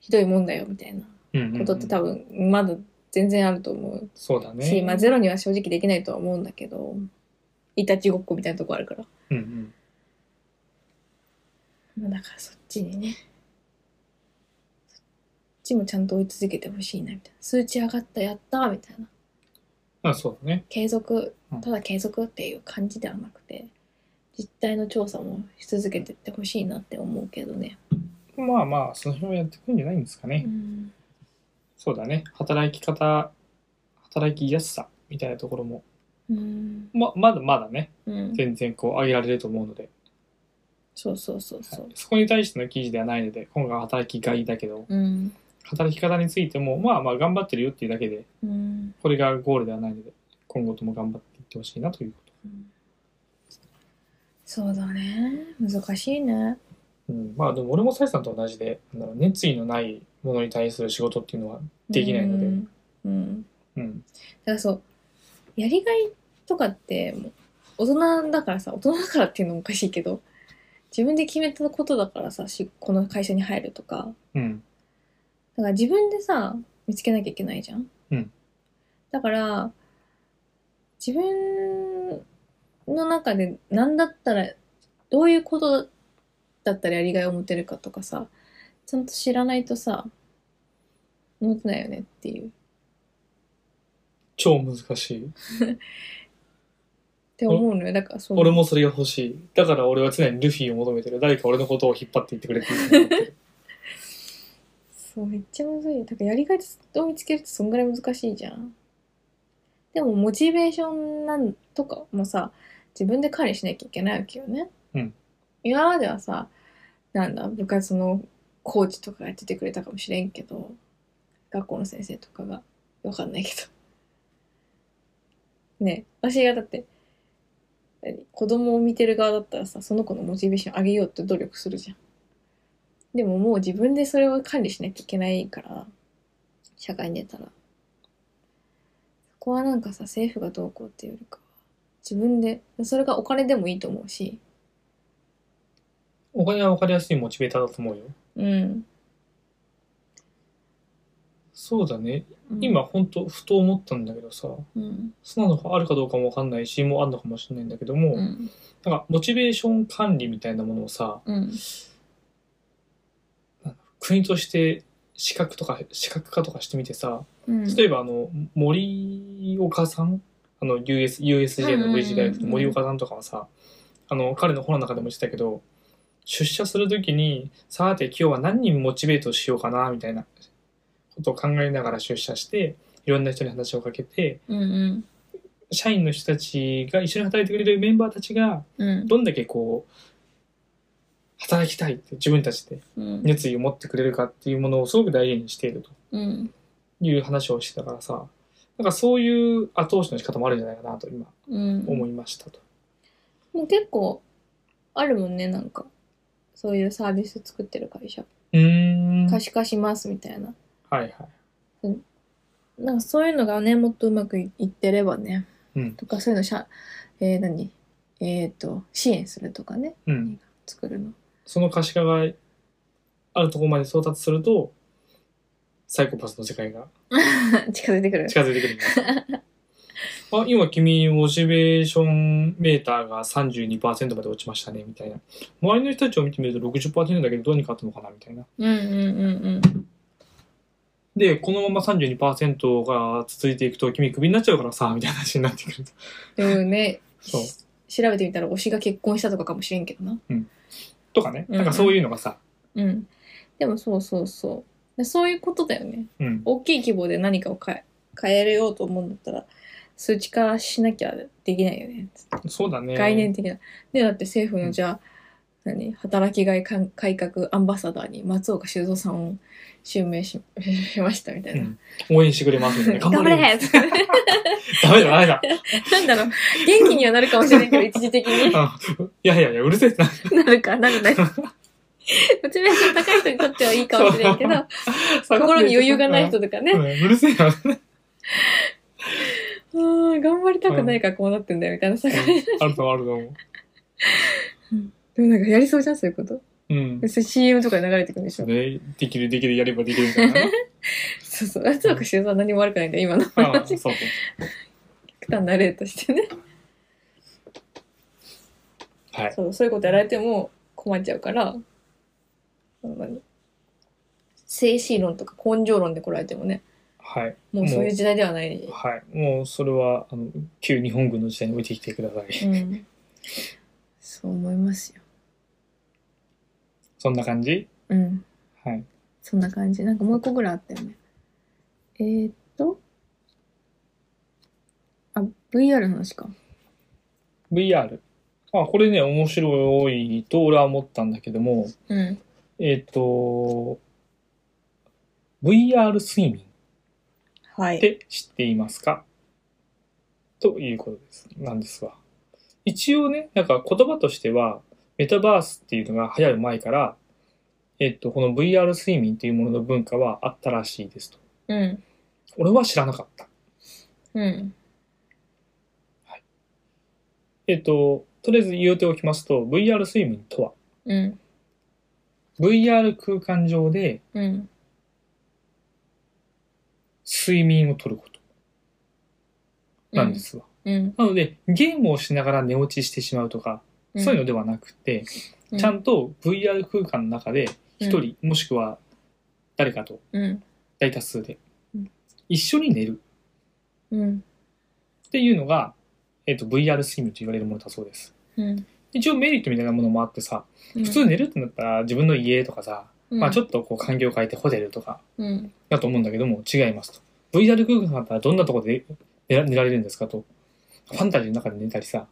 S2: ひどいもんだよ、みたいな
S1: うんうんうん
S2: ことって多分、まだ全然あると思う
S1: そうだね。
S2: し、まあゼロには正直できないとは思うんだけど、いたちごっこみたいなとこあるから。
S1: うんうん、
S2: まあだからそっちにね、そっちもちゃんと追い続けてほしいな、みたいな。数値上がった、やった、みたいな。
S1: まあそうだね。
S2: 継続
S1: うん
S2: ただ継続っていう感じではなくて実態の調査もし続けてってほしいなって思うけどね、
S1: まあまあ、その辺はやってくんじゃないんですかね。
S2: うん、
S1: そうだね。働き方、働きやすさみたいなところも、
S2: うん、
S1: ままだまだね、
S2: うん、
S1: 全然こう上げられると思うので、
S2: そうそうそうそ、
S1: はいうそこに対しての記事ではないので、今回は働きがいだけど、
S2: うん
S1: 働き方についても、まあまあ頑張ってるよっていうだけで、
S2: うん
S1: これがゴールではないので、今後とも頑張っていってほしいなというこ
S2: そうだね難しいね
S1: と。うん、まあでも俺もサイさんと同じで、なんだろう熱意のないものに対する仕事っていうのは、できないので
S2: うん、うん、
S1: うん、
S2: だからそうやりがいとかってもう大人だからさ大人だからっていうのもおかしいけど自分で決めたことだからさしこの会社に入るとか
S1: うん、
S2: だから自分でさ、見つけなきゃいけないじゃん。
S1: うん
S2: だから、自分の中で何だったら、どういうことだったらやりがいを持てるかとかさ、ちゃんと知らないとさ、持てないよねっていう。っ
S1: 超難しい。
S2: て思うのよ。だからそう。
S1: 俺もそれが欲しい。だから俺は常にルフィを求めてる。誰か俺のことを引っ張っていってくれっていつも思って る
S2: そう、めっちゃむずい。だからやりがいを見つけるってそんぐらい難しいじゃん。でも、モチベーションなんとかもさ、自分で管理しなきゃいけないわけよね。
S1: うん
S2: 今まではさ、なんだ、部活のコーチとかがやっててくれたかもしれんけど、学校の先生とかが、わかんないけど。 ねえ私がだって、何子供を見てる側だったらさ、その子のモチベーション上げようって努力するじゃん。でももう自分でそれを管理しなきゃいけないから、社会に出たら。そこはなんかさ、政府がどうこうっていうよりかは、自分で、それがお金でもいいと思うし、
S1: お金は分かりやすいモチベーターだと思うよ。
S2: うん。
S1: そうだね。今、ほんと、ふと思ったんだけどさ、
S2: うん、
S1: そんなのがあるかどうかもわかんないし、もうあるのかもしれないんだけども、
S2: う
S1: なん
S2: ん、
S1: か、モチベーション管理みたいなものをさ、
S2: うん、
S1: 国として資格とか、資格化とかしてみてさ、
S2: うん。
S1: 例えばあの、森岡さんあの、US、USJ の V 字大学の森岡さんとかはさ、あの、彼の本の中でも言ってたけど、出社するときに、さて今日は何人モチベートしようかな、みたいなことを考えながら出社して、いろんな人に話をかけて、
S2: うん、うん、
S1: 社員の人たちが一緒に働いてくれるメンバーたちが
S2: うん、
S1: どんだけこう働きたいって自分たちで
S2: うん、
S1: 熱意を持ってくれるかっていうものをすごく大事にしていると
S2: うん、
S1: いう話をしてたからさなんかそういう後押しの仕方もあるんじゃないかなと今
S2: うん。
S1: 思いましたと。
S2: もう結構、あるもんね、なんか。そういうサービス作ってる会社。
S1: うーんは
S2: 可
S1: い
S2: 視化します、みたいな。
S1: はい。
S2: なんかそういうのがね、もっとうまくいってればね、
S1: うん
S2: とかそういうのしゃ、えー、何えっ、と、支援するとかね、
S1: うん、
S2: 作るの。
S1: その可視化があるところまで到達するとサイコパスの世界が
S2: 近づいてくる。
S1: 近づいてくるんですあ今君モチベーションメーターが32%まで落ちましたねみたいな周りの人たちを見てみると60%だけどどうにかあったのかなみたいな
S2: うんうんうん
S1: でこのまま32%が続いていくと君クビになっちゃうからさみたいな話になってくる
S2: うん。でもね、
S1: そう
S2: し調べてみたら推しが結婚したとかかもしれんけどな。
S1: とかね
S2: うん
S1: なんかそういうのがさ、
S2: うん。でもそうそうそう。でそういうことだよね。
S1: うん、
S2: 大きい規模で何かを変え、変えようと思うんだったら、数値化しなきゃできないよね。
S1: そうだね
S2: 概念的な。で、だって政府のじゃあ、何働きがいかん改革アンバサダーに松岡修造さんを襲名し しましたみたいな。
S1: うん応援してくれますよね
S2: 頑張れ
S1: ダメだダメだ、
S2: なんだろう、元気にはなるかもしれないけど、一時 的に
S1: うんいやいやいやうるせえ ってな
S2: なるか、なるなる。モチベーション高い人にとってはいいかもしれんけ ど、心に余裕がない人とか
S1: うん
S2: ね、
S1: うるせえな
S2: うーん、頑張りたくないからこうなってんだよみたいなさ、
S1: あると思うあると思う
S2: でもなんかやりそうじゃん、そういうこと。
S1: うん
S2: で。それ CM とかで流れてくるんでし
S1: そ
S2: ょ
S1: れできるできるやればできるみたいな。
S2: そうそう夏岡修造は何も悪くないんだよ今の
S1: ああ、そ
S2: 話
S1: うそう。
S2: 極端な例としてね
S1: はい。
S2: そうそういうことやられても困っちゃうからそんなに精神論とか根性論で来られてもね
S1: はい。
S2: もうそういう時代ではない、
S1: はい。もう、それは、あの、旧日本軍の時代に置いてきてください。
S2: うん、そう思いますよ
S1: そんな感じ
S2: うん
S1: はい。
S2: そんな感じなんかもう一個ぐらいあったよねえー、っとあ VR の話か
S1: VR。あ、これね、面白いと俺は思ったんだけども、
S2: うん
S1: えっ、と、VR 睡眠
S2: は
S1: って知っていますかということです。なんですが。一応ね、なんか言葉としては、メタバースっていうのが流行る前から、えっ、と、この VR 睡眠っていうものの文化はあったらしいですと。
S2: うん
S1: 俺は知らなかった。
S2: うん
S1: えっ、と、とりあえず言うておきますと、VR 睡眠とは、
S2: うん
S1: VR 空間上で
S2: うん
S1: 睡眠をとることなんですわ。
S2: うん
S1: なので、ゲームをしながら寝落ちしてしまうとか、そういうのではなくて、
S2: の
S1: ちゃんと VR 空間の中で一
S2: うん
S1: 人、もしくは誰かと
S2: うん
S1: 大多数で
S2: うん
S1: 一緒に寝る
S2: うん
S1: っていうのが、えっと VR 睡眠と言われるものだそうです。
S2: うん
S1: 一応メリットみたいなものもあってさ、普通寝るってなったら自分の家とかさ、まあちょ
S2: っ
S1: っとこう環境を変えてホテルとか
S2: とうん
S1: だと思うんだけども違いますと。VR 空間だったらどんなところで寝ら寝られるんですかと。ファンタジーの中で寝たりさ、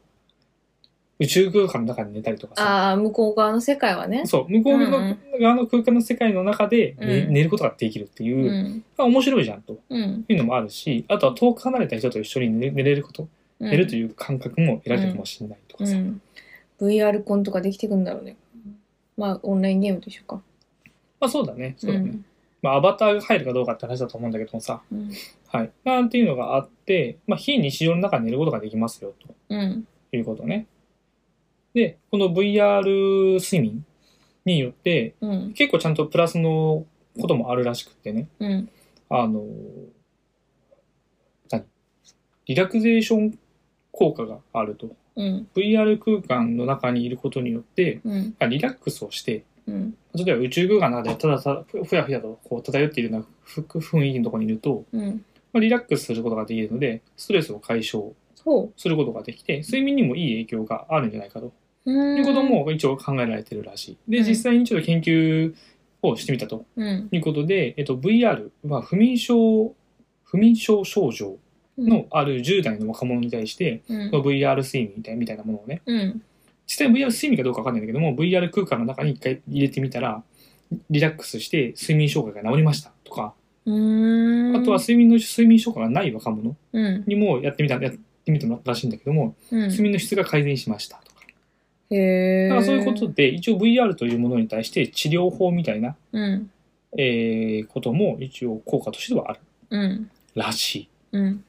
S1: 宇宙空間の中で寝たりとかさ、
S2: ああ向こう側の世界はね
S1: そう、向こう
S2: うんう
S1: の側の空間の世界の中で寝,、
S2: うん
S1: 寝ることができるっていうう、
S2: ん
S1: あ面白いじゃんと
S2: うん
S1: いうのもあるし、あとは遠く離れた人と一緒に寝寝れること、寝るという感覚も得られるかもしれないとかさ、
S2: うん、VR コンとかできてくんだろうねまあオンラインゲームと一緒か
S1: まあそうだね、そうだね。まあアバターが入るかどうかって話だと思うんだけどもさ、
S2: うん
S1: はい。なんていうのがあって、まあ非日常の中に寝ることができますよ
S2: うん
S1: ということね。で、この VR 睡眠によって、
S2: うん
S1: 結構ちゃんとプラスのこともあるらしくってね。
S2: うん
S1: あの、何リラクゼーション効果があると。
S2: うん
S1: VR 空間の中にいることによって、
S2: うん
S1: まあリラックスをして、
S2: うん
S1: 例えば宇宙空間の中でただただふふやふやとこう漂っているようなふ雰囲気のところにいると、
S2: うん
S1: まあ、リラックスすることができるので、ストレスを解消
S2: そ
S1: することができて、睡眠にもいい影響があるんじゃないかと
S2: う
S1: いうこと
S2: も
S1: も一応考えられてるらしい。で、
S2: うん
S1: 実際にちょっと研究をしてみたと
S2: うん
S1: いうことで、えっと、VR は不眠症、不眠症症状のある10代の若者に対して、
S2: うん
S1: この VR 睡眠みたいみたいなものをね、
S2: うん
S1: 実際 VR 睡眠かどうかわかんないんだけども、VR 空間の中に一回入れてみたら、リラックスして睡眠障害が治りましたとか、
S2: うん
S1: あとは睡眠の睡眠障害がない若者
S2: うん
S1: にもやってみた、やってみたらしいんだけども、
S2: うん
S1: 睡眠の質が改善しましたとか。
S2: へえ
S1: だからそういうことで、一応 VR というものに対して治療法みたいな、
S2: うん
S1: えーことも一応効果としてはある
S2: うん
S1: らしい。
S2: うん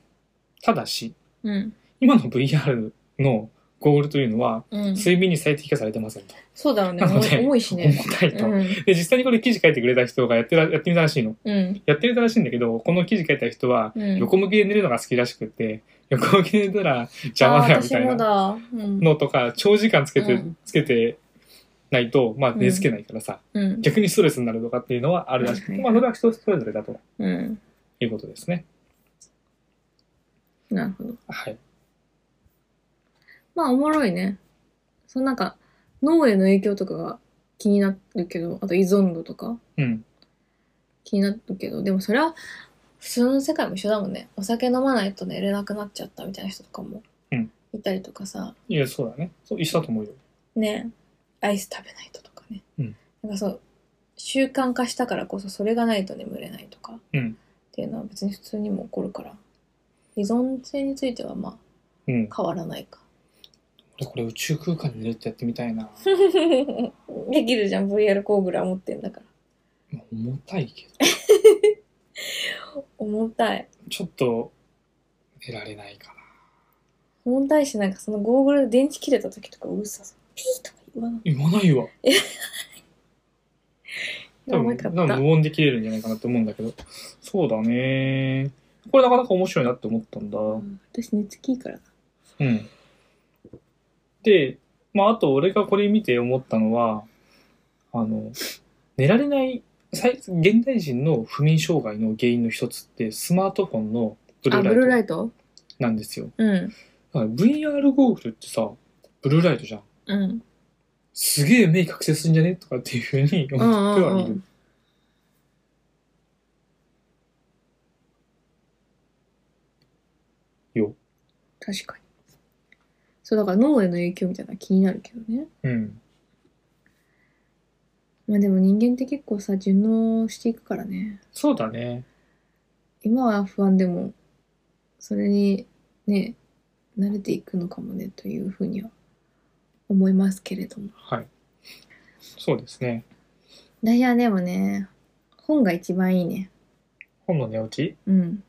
S1: ただし、
S2: うん
S1: 今の VR のゴールというのは、
S2: うん
S1: 睡眠に最適化されてませんと。
S2: そうだろうね
S1: なので
S2: 重いし
S1: 重
S2: ね
S1: たいうと。
S2: ん
S1: で、実際にこれ記事書いてくれた人がやってらやってみたらしいの。
S2: うん
S1: やってみたらしいんだけど、この記事書いた人は、
S2: うん
S1: 横向きで寝るのが好きらしくって、横向きで寝たら邪魔だよみたい
S2: あー私も
S1: な
S2: だうん
S1: のとか、長時間つけて、
S2: うん
S1: つけてないと、まあ寝つけないからさ、
S2: うん
S1: 逆にストレスになるとかっていうのはあるらしく
S2: はい
S1: て、
S2: はい
S1: まあ、それは人それぞれだと
S2: うん
S1: いうことですね。
S2: なるほど
S1: はい。
S2: まあおもろいね。そのなんか脳への影響とかが気になるけど、あと依存度とか
S1: うん。
S2: 気になるけど、でもそれは普通の世界も一緒だもんね。お酒飲まないと寝れなくなっちゃったみたいな人とかも
S1: うん
S2: いたりとかさ、
S1: いや、そうだね。そう一緒だと思うよ。
S2: ね、アイス食べないととかね。
S1: うん
S2: なんかそう、習慣化したからこそそれがないと眠れないとかっ
S1: うん。
S2: ていうのは別に普通にも起こるから、依存性についてはま
S1: うん
S2: あ。変わらないか。
S1: 俺、これ宇宙空間で寝るってやってみたいな。
S2: できるじゃん、VR ゴーグルは持ってんだから。
S1: まあ重たいけど、
S2: 重たい。
S1: ちょっと寝られないかな。
S2: 問題しなんかそのゴーグルで電池切れた時とかうるさそうピーとか言わない
S1: 言わないわ。多
S2: もう
S1: 分
S2: なかっ
S1: 多分
S2: た。
S1: 無音で切れるんじゃないかなと思うんだけど。そうだね。これなかなか面白いなって思ったんだ。
S2: うん私寝つきいいからな。
S1: うん。で、まあ、あと俺がこれ見て思ったのは、あの、寝られない、最現代人の不眠障害の原因の一つって、スマートフォンのブル
S2: あ、ブル
S1: ー
S2: ー
S1: ラ
S2: ラ
S1: イ
S2: イト
S1: トなんですよ。
S2: うん。
S1: だから VR ゴーグルってさ、ブルーライトじゃん。
S2: うん。
S1: すげえ目覚醒するんじゃねとかっていうふうに
S2: うんうん
S1: 思ってはいる。
S2: うん
S1: よ。
S2: 確かに。そう、だから脳への影響みたいなの気になるけどね。
S1: うん。
S2: まあでも人間って結構さ、順応していくからね。
S1: そうだね。
S2: 今は不安でも、それにね、慣れていくのかもね、というふうには思いますけれども。
S1: はい。そうですね。
S2: 私はでもね、本が一番いいね。
S1: 本の寝落ち
S2: うん。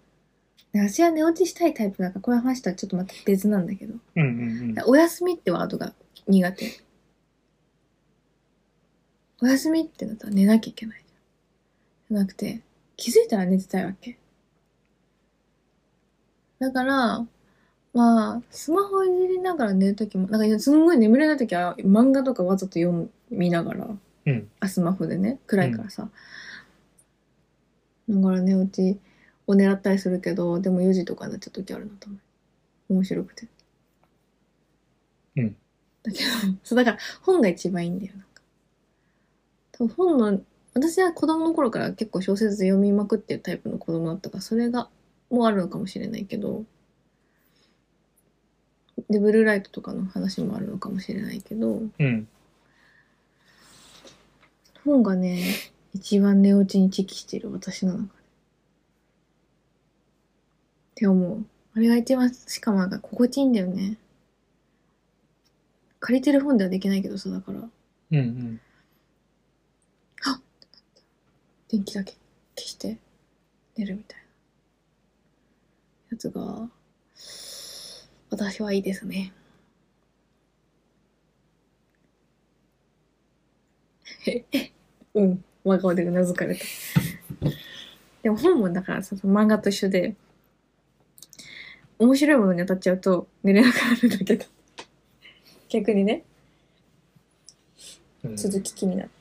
S2: で私は寝落ちしたいタイプだから、こういう話とはちょっとまた別なんだけど。
S1: うんうん
S2: お休みってワードが苦手。お休みってなったら寝なきゃいけないじゃん。じゃなくて、気づいたら寝てたいわけ。だから、まあ、スマホをいじりながら寝るときも、なんかすんごい眠れないときは漫画とかわざと読む見ながら、
S1: うん
S2: あ、スマホでね、暗いからさ。だから寝落ちを狙ったりするけど、でも4時とかになっちゃうときあるなと思う。面白くて。
S1: うん。
S2: だけど、そうだから本が一番いいんだよ。なんか多分本の、私は子供の頃から結構小説読みまくってるタイプの子供だったから、それが、もうあるのかもしれないけど、で、ブルーライトとかの話もあるのかもしれないけど、
S1: うん。うん。
S2: 本がね、一番寝落ちに適している私の中で。って思う。あれが一番、しかもなんか心地いいんだよね。借りてる本ではできないけどさ、だから、
S1: うんうん。
S2: 電気だけ消して寝るみたいなやつが、私はいいですね。へへうん、真顔でうなずかれた。でも本もだからさ、漫画と一緒で、面白いものに当たっちゃうと寝れなくなるんだけど。逆にね、
S1: うん
S2: 続き気になって。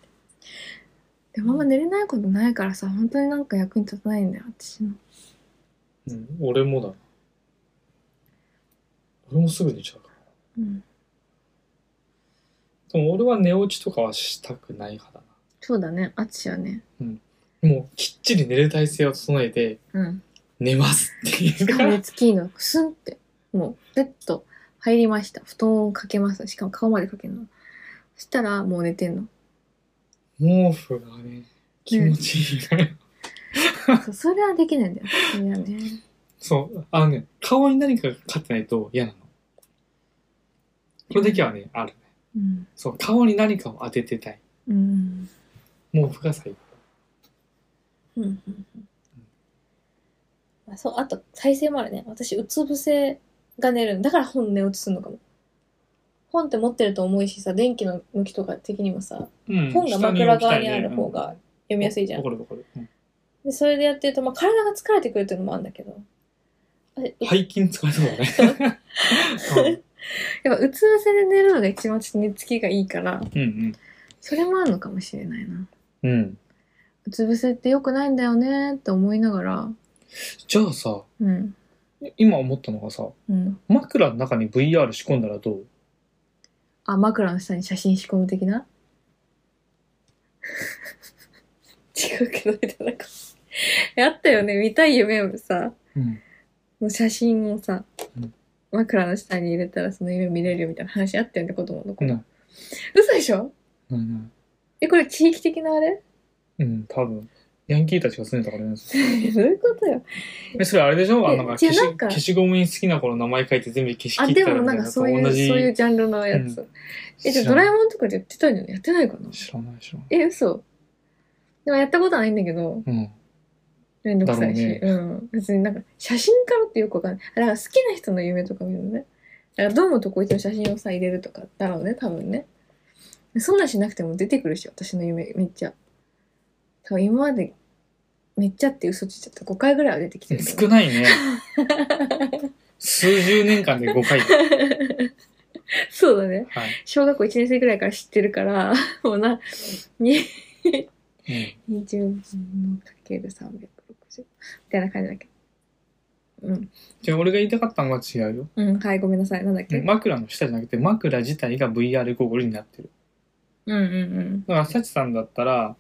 S2: でもあんま寝れないことないからさ、本当になんか役に立たないんだよ、私の。
S1: うん、俺もだ。俺もすぐ寝ちゃうか
S2: うん。
S1: ら。でも俺は寝落ちとかはしたくない派だ
S2: そうだね、私はね。
S1: な。もうきっちり寝る体勢を整えて、
S2: うん。
S1: 寝ますってい
S2: し
S1: う
S2: かも
S1: か。
S2: 寝つきいいの、スンって、もう、ベッド入りました。布団をかけます。しかも顔までかけるの。そしたら、もう寝て んの。
S1: 毛布がね、気持ちいいね。
S2: そうそれはできないんだよ。それはね。
S1: そう。あのね、顔に何かがかかってないと嫌なの。これだけはね、あるね。
S2: うん。
S1: そう、顔に何かを当ててたい。
S2: うん。
S1: 毛布が最高。
S2: うんうんうん。あそう、あと、再生もあるね。私、うつ伏せが寝るんだから本寝落ちするのかも。本って持ってると重いしさ、電気の向きとか的にもさ、
S1: うん
S2: 本が枕側にある方が読みやすいじゃん
S1: わか。るわかる。うん
S2: で、それでやってると、まあ、体が疲れてくるっていうのもあるんだけど。あれ
S1: 背筋疲れそうだね。
S2: やっぱ、うつ伏せで寝るのが一番ちょっと寝つきがいいから、
S1: うんうん
S2: それもあるのかもしれないな。
S1: うん。うん。
S2: うつ伏せって良くないんだよねって思いながら、
S1: じゃあさ、
S2: うん、
S1: 今思ったのがさ、
S2: うん。
S1: 枕の中に VR 仕込んだらどう
S2: あ、枕の下に写真仕込む的 な違うけど、みたいな感じ。あったよね、見たい夢をさ、
S1: うん。
S2: の写真をさ
S1: うん、
S2: 枕の下に入れたらその夢見れるよみたいな話あったよね、子供の
S1: こん
S2: 頃。
S1: な、
S2: 嘘でしょ
S1: ないな
S2: え、これ地域的な あれ
S1: いうん、多分。ヤンキーたちが住んでた からね。
S2: どういうことよ。
S1: え、それあれでしょあ
S2: え
S1: なんか
S2: じゃ
S1: 消
S2: あ
S1: し
S2: なんか
S1: 消しゴムに好きな子の名前書いて全部消し
S2: あ、
S1: 切っ
S2: で
S1: たら
S2: も
S1: み
S2: な
S1: たい
S2: ん
S1: な
S2: か
S1: と
S2: そういう、
S1: 同
S2: そう
S1: じ。
S2: いうジャンルのやつ。え、じゃあドラえもんとかでやってたんじゃないやってないかな
S1: 知らない知らない。
S2: え、嘘。でもやったことはないんだけど、
S1: うん。
S2: めんどくさいし。
S1: だろう
S2: うん。別になんか、写真からってよくわかんない。あだから好きな人の夢とか見るのね。だからどうもとこいつの写真をさ、入れるとかだろうね、多分ね。そんなんしなくても出てくるし、私の夢、めっちゃ。そう、今までめっちゃって嘘ついちゃった。5回ぐらいは出てきてるけど。
S1: 少ない ね。数十年間で5回。
S2: そうだね。
S1: はい。
S2: 小学校1年生ぐらいから知ってるから、 もうな、に
S1: うん
S2: 20分のかける360みたいな感じだけど。うん。
S1: じゃあ俺が言いたかったのは違うよ。
S2: うん、はい、ごめんなさい。なんだっけ。うん
S1: 枕の下じゃなくて枕自体が VR ゴーグルになってる。
S2: うんうん。
S1: だから、サチさんだったら、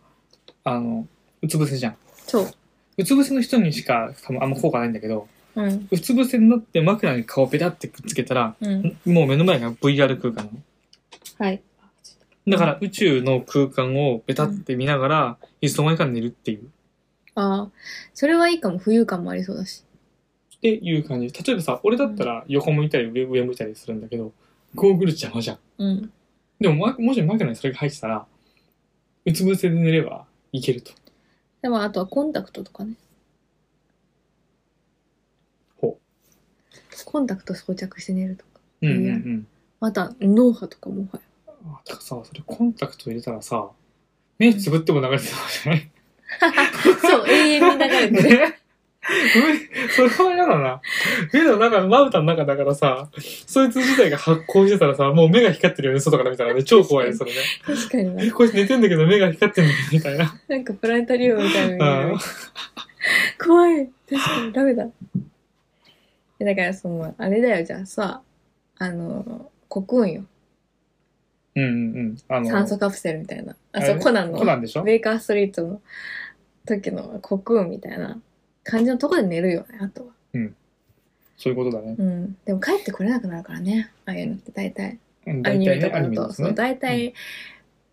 S1: あの、うつ伏せじゃん。
S2: そう。
S1: うつ伏せの人にしか多分あんま効果ないんだけど、
S2: うん。
S1: うつ伏せになって枕に顔ペタってくっつけたら、
S2: うん。
S1: もう目の前が VR 空間なの。
S2: はい。
S1: だから宇宙の空間をペタって見ながら、いつの間にか寝るっていう。
S2: ああ、それはいいかも。浮遊感もありそうだし。
S1: っていう感じ。例えばさ、俺だったら横向いたり上上向いたりするんだけど、ゴーグル邪魔じゃん。
S2: うん。
S1: でも、まもし枕にそれが入ってたら、うつ伏せで寝ればいけると。
S2: でも、あとはコンタクトとかね。
S1: ほ
S2: コンタクト装着して寝るとか。
S1: う。うんうんうん。
S2: また、脳波とかもはや。
S1: あ、だからさ、それコンタクト入れたらさ、目つぶっても流れてたわけじゃない
S2: そう、永遠に流れてる。
S1: ね それは嫌だな。目の中、まぶたの中だからさ、そいつ自体が発光してたらさ、もう目が光ってるよね、外から見たらね。超怖いよ、それね。
S2: 確かにな
S1: え、。こいつ寝てんだけど目が光ってんだけど、みたいな。
S2: なんかプラネタリウムみたいなの
S1: うん
S2: 見える。怖い。確かにダメだ。えだからその、あれだよ、じゃあさ、あの、コ運よ。
S1: うんうんうん。あの、
S2: 酸素カプセルみたいな。あ、
S1: れ
S2: そう、コナンの。
S1: コナンでしょ
S2: ベイカーストリートの時のコ運みたいな感じのとこで寝るよね、あとは。
S1: そういうことだね。
S2: うん。でも帰ってこれなくなるからね、ああいうのって大体。
S1: うん
S2: ア
S1: 大
S2: ニメ
S1: 体
S2: と
S1: ね、
S2: か
S1: アニ
S2: だ
S1: メ
S2: と、
S1: です
S2: そう、
S1: ね。
S2: 大体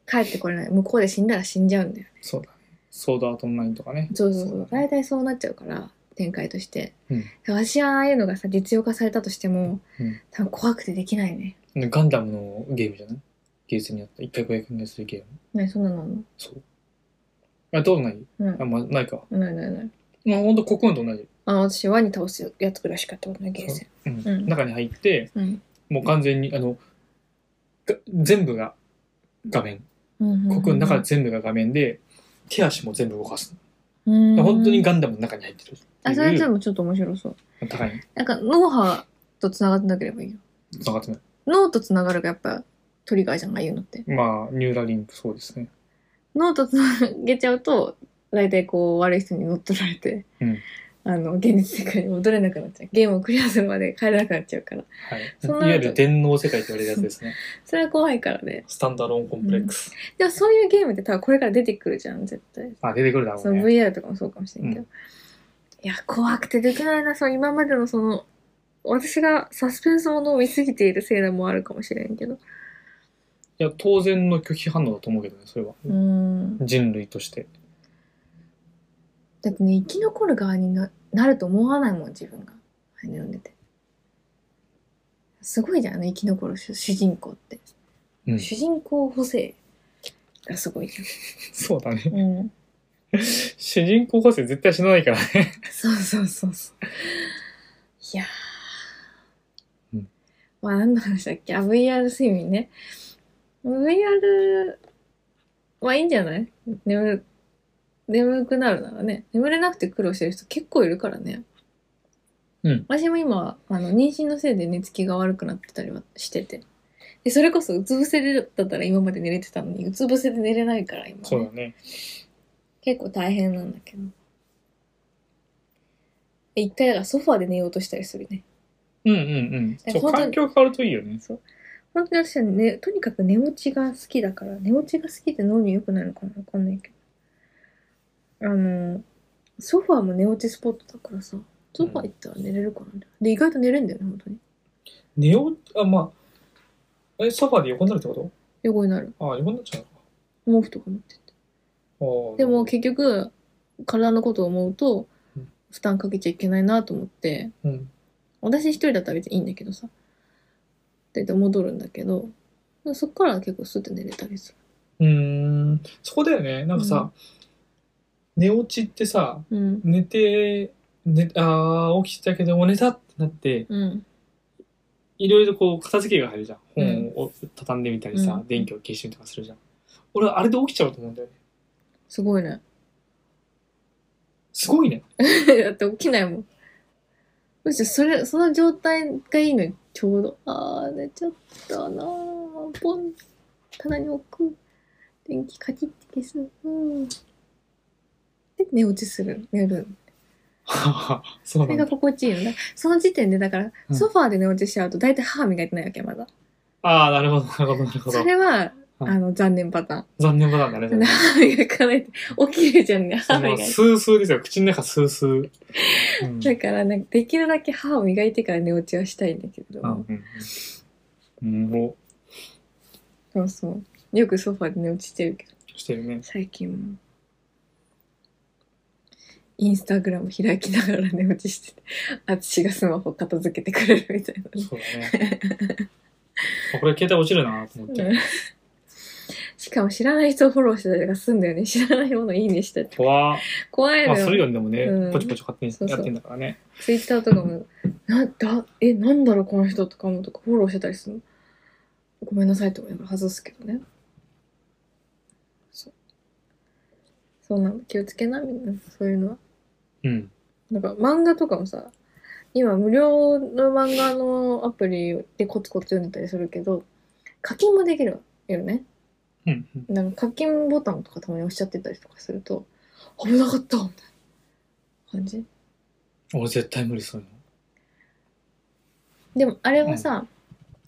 S2: 帰ってこれない。向こうで死んだら死んじゃうんだよ。
S1: そうだね。ソードアートオンラインとかね。
S2: そうそうそ
S1: だ
S2: う
S1: ね
S2: 大体そうなっちゃうから展開として、
S1: うん
S2: 私はああいうのがさ実用化されたとしても、
S1: うん
S2: 多分怖くてできないね
S1: ガンダムのゲームじゃないゲーセンにあった。一回500円でするゲーム。
S2: ねそんなのあん
S1: そう。あ、どうない
S2: の
S1: あ、ま、ないか。
S2: うんないないない
S1: まあ、ほんと、コクーンと同じ。
S2: あ私ワニ倒すやつぐらいしかやったことないゲーセン
S1: うん
S2: うん
S1: 中に入って、
S2: うん
S1: もう完全に、あの、が全部が画面。
S2: うんうんうん
S1: コクーンの中全部が画面で、手足も全部動かす。
S2: うん
S1: 本当にガンダムの中に入ってるっていう。
S2: あそれでもちょっと面白そう
S1: 高い。
S2: なんか脳波とつながってなければいいよ
S1: 繋がってない。
S2: 脳とつながるがやっぱトリガーじゃないああいうのって
S1: まあ、ニューラリンクそうですね。
S2: 脳とつなげちゃうと大体こう悪い人に乗っ取られて、
S1: うん
S2: あの現実世界に戻れなくなっちゃうゲームをクリアするまで帰れなくなっちゃうから
S1: はい。
S2: そん
S1: い
S2: な
S1: わゆる電脳世界って言われるやつですね。
S2: それは怖いからね
S1: スタンダローンコンプレックス。
S2: でもそういうゲームって多分これから出てくるじゃん絶対
S1: あ、出てくるだろ
S2: そうの
S1: ね。
S2: VR とかもそうかもしれんけど、いや怖くてできないなその今までのその私がサスペンスものを見すぎているせいでもあるかもしれんけど
S1: いや、当然の拒否反応だと思うけどね、それは。
S2: うんだ
S1: 人類として。
S2: ってね生き残る側にななると思わないもん自分があれ読んでてすごいじゃんあの生き残る主主人公って、
S1: うん
S2: 主人公補正がすごいじ
S1: そうだね。
S2: ゃん、うん、
S1: 主人公補正絶対死なない からね。
S2: そうそうそうそう。いやー。
S1: うん
S2: まあ、何の話だっけあ、VR 睡眠ね。VR はいいんじゃない眠、眠くなるならね。眠れなくて苦労してる人結構いるからね。
S1: うん
S2: 私も今、あの、妊娠のせいで寝つきが悪くなってたりはしてて。で、それこそ、うつ伏せでだったら今まで寝れてたのに、うつ伏せで寝れないから今、ね。
S1: そうだね。
S2: 結構大変なんだけど。一回だからソファーで寝ようとしたりするね。
S1: うんうんうん。
S2: え
S1: そう、
S2: 本当に
S1: 環境変わるといいよね。
S2: 本当に私はね、とにかく寝落ちが好きだから、寝落ちが好きって脳に良くないのかなわかんないけど。あの、ソファーも寝落ちスポットだからさ、ソファー行ったら寝れるかな、で、意外と寝れんだよね、本当に。
S1: 寝よう、あ、まあ、え、ソファーで横になるってこ
S2: 横になる。
S1: とあ、横になっちゃうのか
S2: 毛布とか持ってって。
S1: あー。
S2: でも結局、体のことを思うと
S1: うん、
S2: 負担かけちゃいけないなと思って、
S1: うん。
S2: 私一人だったら別にいいんだけどさ。で、で戻るんだけど、そっから結構スッて寝れたりす
S1: うーん。そこだよね。なんかさ、寝落ちってさ、
S2: る。うん。
S1: 寝て、寝あー起きたけども寝たってなって、
S2: うん。
S1: いろいろこう片付けが入るじゃん。
S2: うん
S1: 本を畳んでみたりさ、
S2: うん
S1: 電気を消してみたりとかするじゃん。俺はあれで起きちゃうと思うんだよね。
S2: すごいね。
S1: すごいね。
S2: だって起きないもん。むしろそれ、その状態がいいのにちょうど。あー、寝ちゃったなー。ポン。棚に置く。電気カチッて消す。うん。で、寝落ちする。寝る。
S1: ははそ
S2: そう
S1: な
S2: れ
S1: ん
S2: が
S1: だ。
S2: 心地いいのだ。その時点で、だから、
S1: うん
S2: ソファーで寝落ちしちゃうと、だいたい歯磨いてないわけ、まだ。
S1: ああ、なるほど、なるほど、なるほ
S2: そ
S1: ど。
S2: れは、
S1: うん
S2: あの、残念パタ
S1: 残念パターンだね
S2: ーン。。歯磨かないと、起きるじゃんね、歯
S1: そ
S2: 磨
S1: の
S2: いて。
S1: スースーですよ。口の中スースー。うん
S2: だから、なんか、できるだけ歯を磨いてから寝落ちはしたいんだけど。
S1: うんうん。も
S2: そうそう。よくソファーで寝落ちしてるけど、
S1: う、してるね。
S2: 最近も。インスタグラム開きながら寝落ちしてて、 あつしがスマホ片付けてくれるみたいな。
S1: そうだね。あこれ携帯落ちるなと思って。
S2: しかも知らない人をフォローしてたりとかすんだよね。知らないものいいねしたり。
S1: 怖っ
S2: 怖い
S1: まあ、
S2: の
S1: する
S2: よ。
S1: よね、でも
S2: う
S1: ね。
S2: ん
S1: ポチポチ勝手にやってんだからね。
S2: ツイッターとかも、なんだ、え、なんだろうこの人とかもとかフォローしてたりするの。ごめんなさいと思いながら外すけどね。そう。そうなんだ。気をつけな、みんな。そういうのは。
S1: うん。
S2: なんか漫画とかもさ、今無料の漫画のアプリでコツコツ読んでたりするけど、課金もできるよね。
S1: うん。
S2: なんか課金ボタンとかたまに押しちゃってたりとかすると、危なかったみたいな感じ。
S1: 俺絶対無理そういう
S2: でもあれはさ、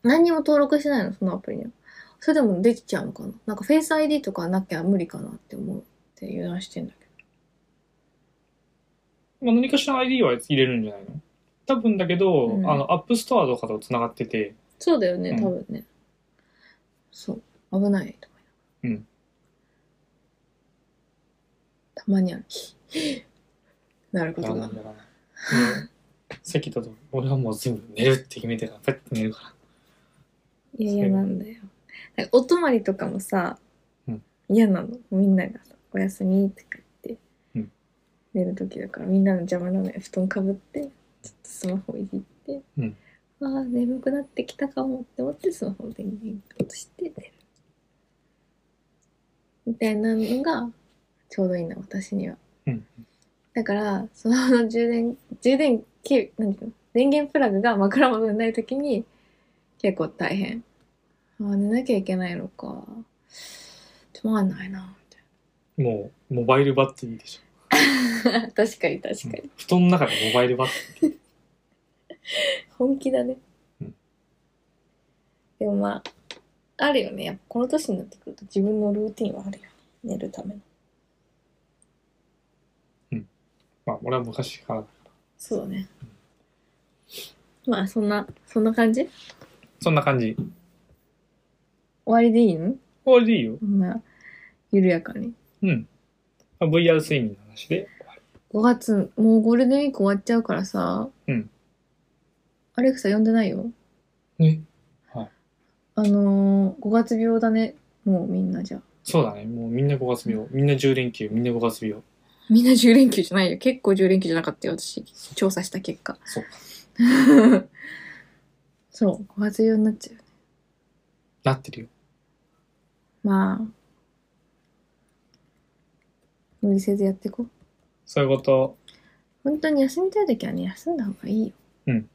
S2: 何にも登録してないの、そのアプリには。それでもできちゃうのかななんかフェイス ID とかなきゃ無理かなって思うって油断してんだけ
S1: の。まあ、何かしら ID は入れるんじゃないの多分だけど、
S2: うん
S1: あの、アップストアとかと繋がってて、
S2: ど。そうだよね、
S1: うん
S2: 多分ね。そう。危ないとか。
S1: うん。
S2: たまにある。 なるこ
S1: な
S2: と
S1: んだ
S2: が
S1: か。ら。席と俺はもう全部寝るって決めてから、ペッて寝るから。
S2: いや、嫌なんだよ。なんかお泊まりとかもさ、
S1: うん
S2: 嫌なの。みんながさ、おやすみって言って、
S1: うん
S2: 寝る時だから、みんなの邪魔なのよ。布団かぶって、ちょっとスマホいじって、
S1: うん
S2: ああ、眠くなってきたかもって思って、スマホの電源落として寝る。みたいなのが、ちょうどいいな、私には。
S1: うん
S2: だから、その充電、充電器、なんていうの電源プラグが枕元にないときに、結構大変。あー寝なきゃいけないのか。つまんないな、
S1: もう、モバイルバッテリーでし
S2: みたいな。 確かに確か
S1: ょ
S2: に。。
S1: 布団の中でモバイルバッテ
S2: 本気だね。
S1: うん
S2: でもまあ、あるよね。やっぱこの年になってくると自分のルーティンはあるよね。寝るための。
S1: リー。まあ、俺は昔から。
S2: そうだね。まあ、そんな、そんな感じ終
S1: そんな感じ。
S2: わりでいいの
S1: 終わりでいいよ。
S2: こんな、緩やかに。
S1: うん。まあ VR 睡眠の話で。
S2: 5月、もうゴールデンウィーク終わっちゃうからさ。
S1: うん
S2: アレクサ呼んでないよ。
S1: ね。
S2: あのー、5月病だね。もうみんなじゃあ。
S1: そうだね。もうみんな5月病。みんな10連休。みんな5月病。
S2: みんな10連休じゃないよ。結構10連休じゃなかったよ、私。調査した結果。
S1: そう。
S2: そう、5月病になっちゃう。
S1: なってるよ。
S2: まあ、無理せずやっていこう。
S1: そういうこと。
S2: 本当に休みたい時はね、休んだ方がいいよ。
S1: うん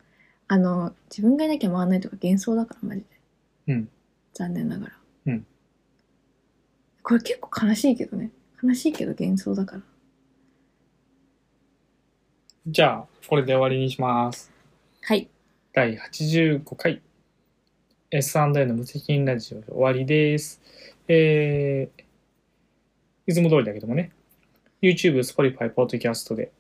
S2: あの、自分がいなきゃ回らないとか幻想だから、マジで。
S1: うん
S2: 残念ながら。
S1: うん
S2: これ結構悲しいけどね。悲しいけど幻想だから。
S1: じゃあ、これで終わりにします。
S2: はい。
S1: 第85回 S&A の無責任ラジオ終わりです。えー、いつも通りだけどもね、YouTube、Spotify、Podcast で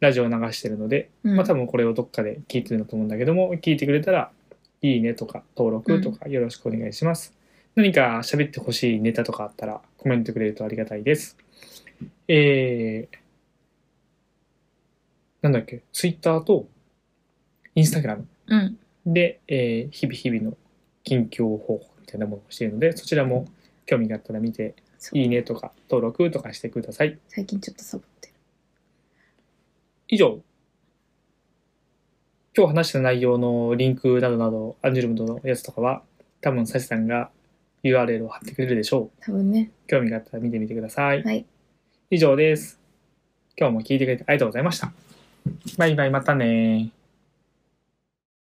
S1: ラジオを流してるので、
S2: うん
S1: まあ多分これをどっかで聞いてるんだと思うんだけども、聞いてくれたら、いいねとか登録とかよろしくお願いします。何か喋ってほしいネタとかあったらコメントくれるとありがたいです。えー、なんだっけ、Twitter と Instagram
S2: うん。
S1: で、えー日々日々の近況報告みたいなものをしているので、そちらも興味があったら見て、
S2: そう
S1: いいねとか登録とかしてください。
S2: 最近ちょっとサボってる。
S1: 以上。今日話した内容のリンクなどなど、アンジュルムのやつとかは、多分サシさんが URL を貼ってくれるでしょう。
S2: 多分ね。
S1: 興味があったら見てみてください。
S2: はい。
S1: 以上です。今日も聞いてくれてありがとうございました。バイバイ、またねー。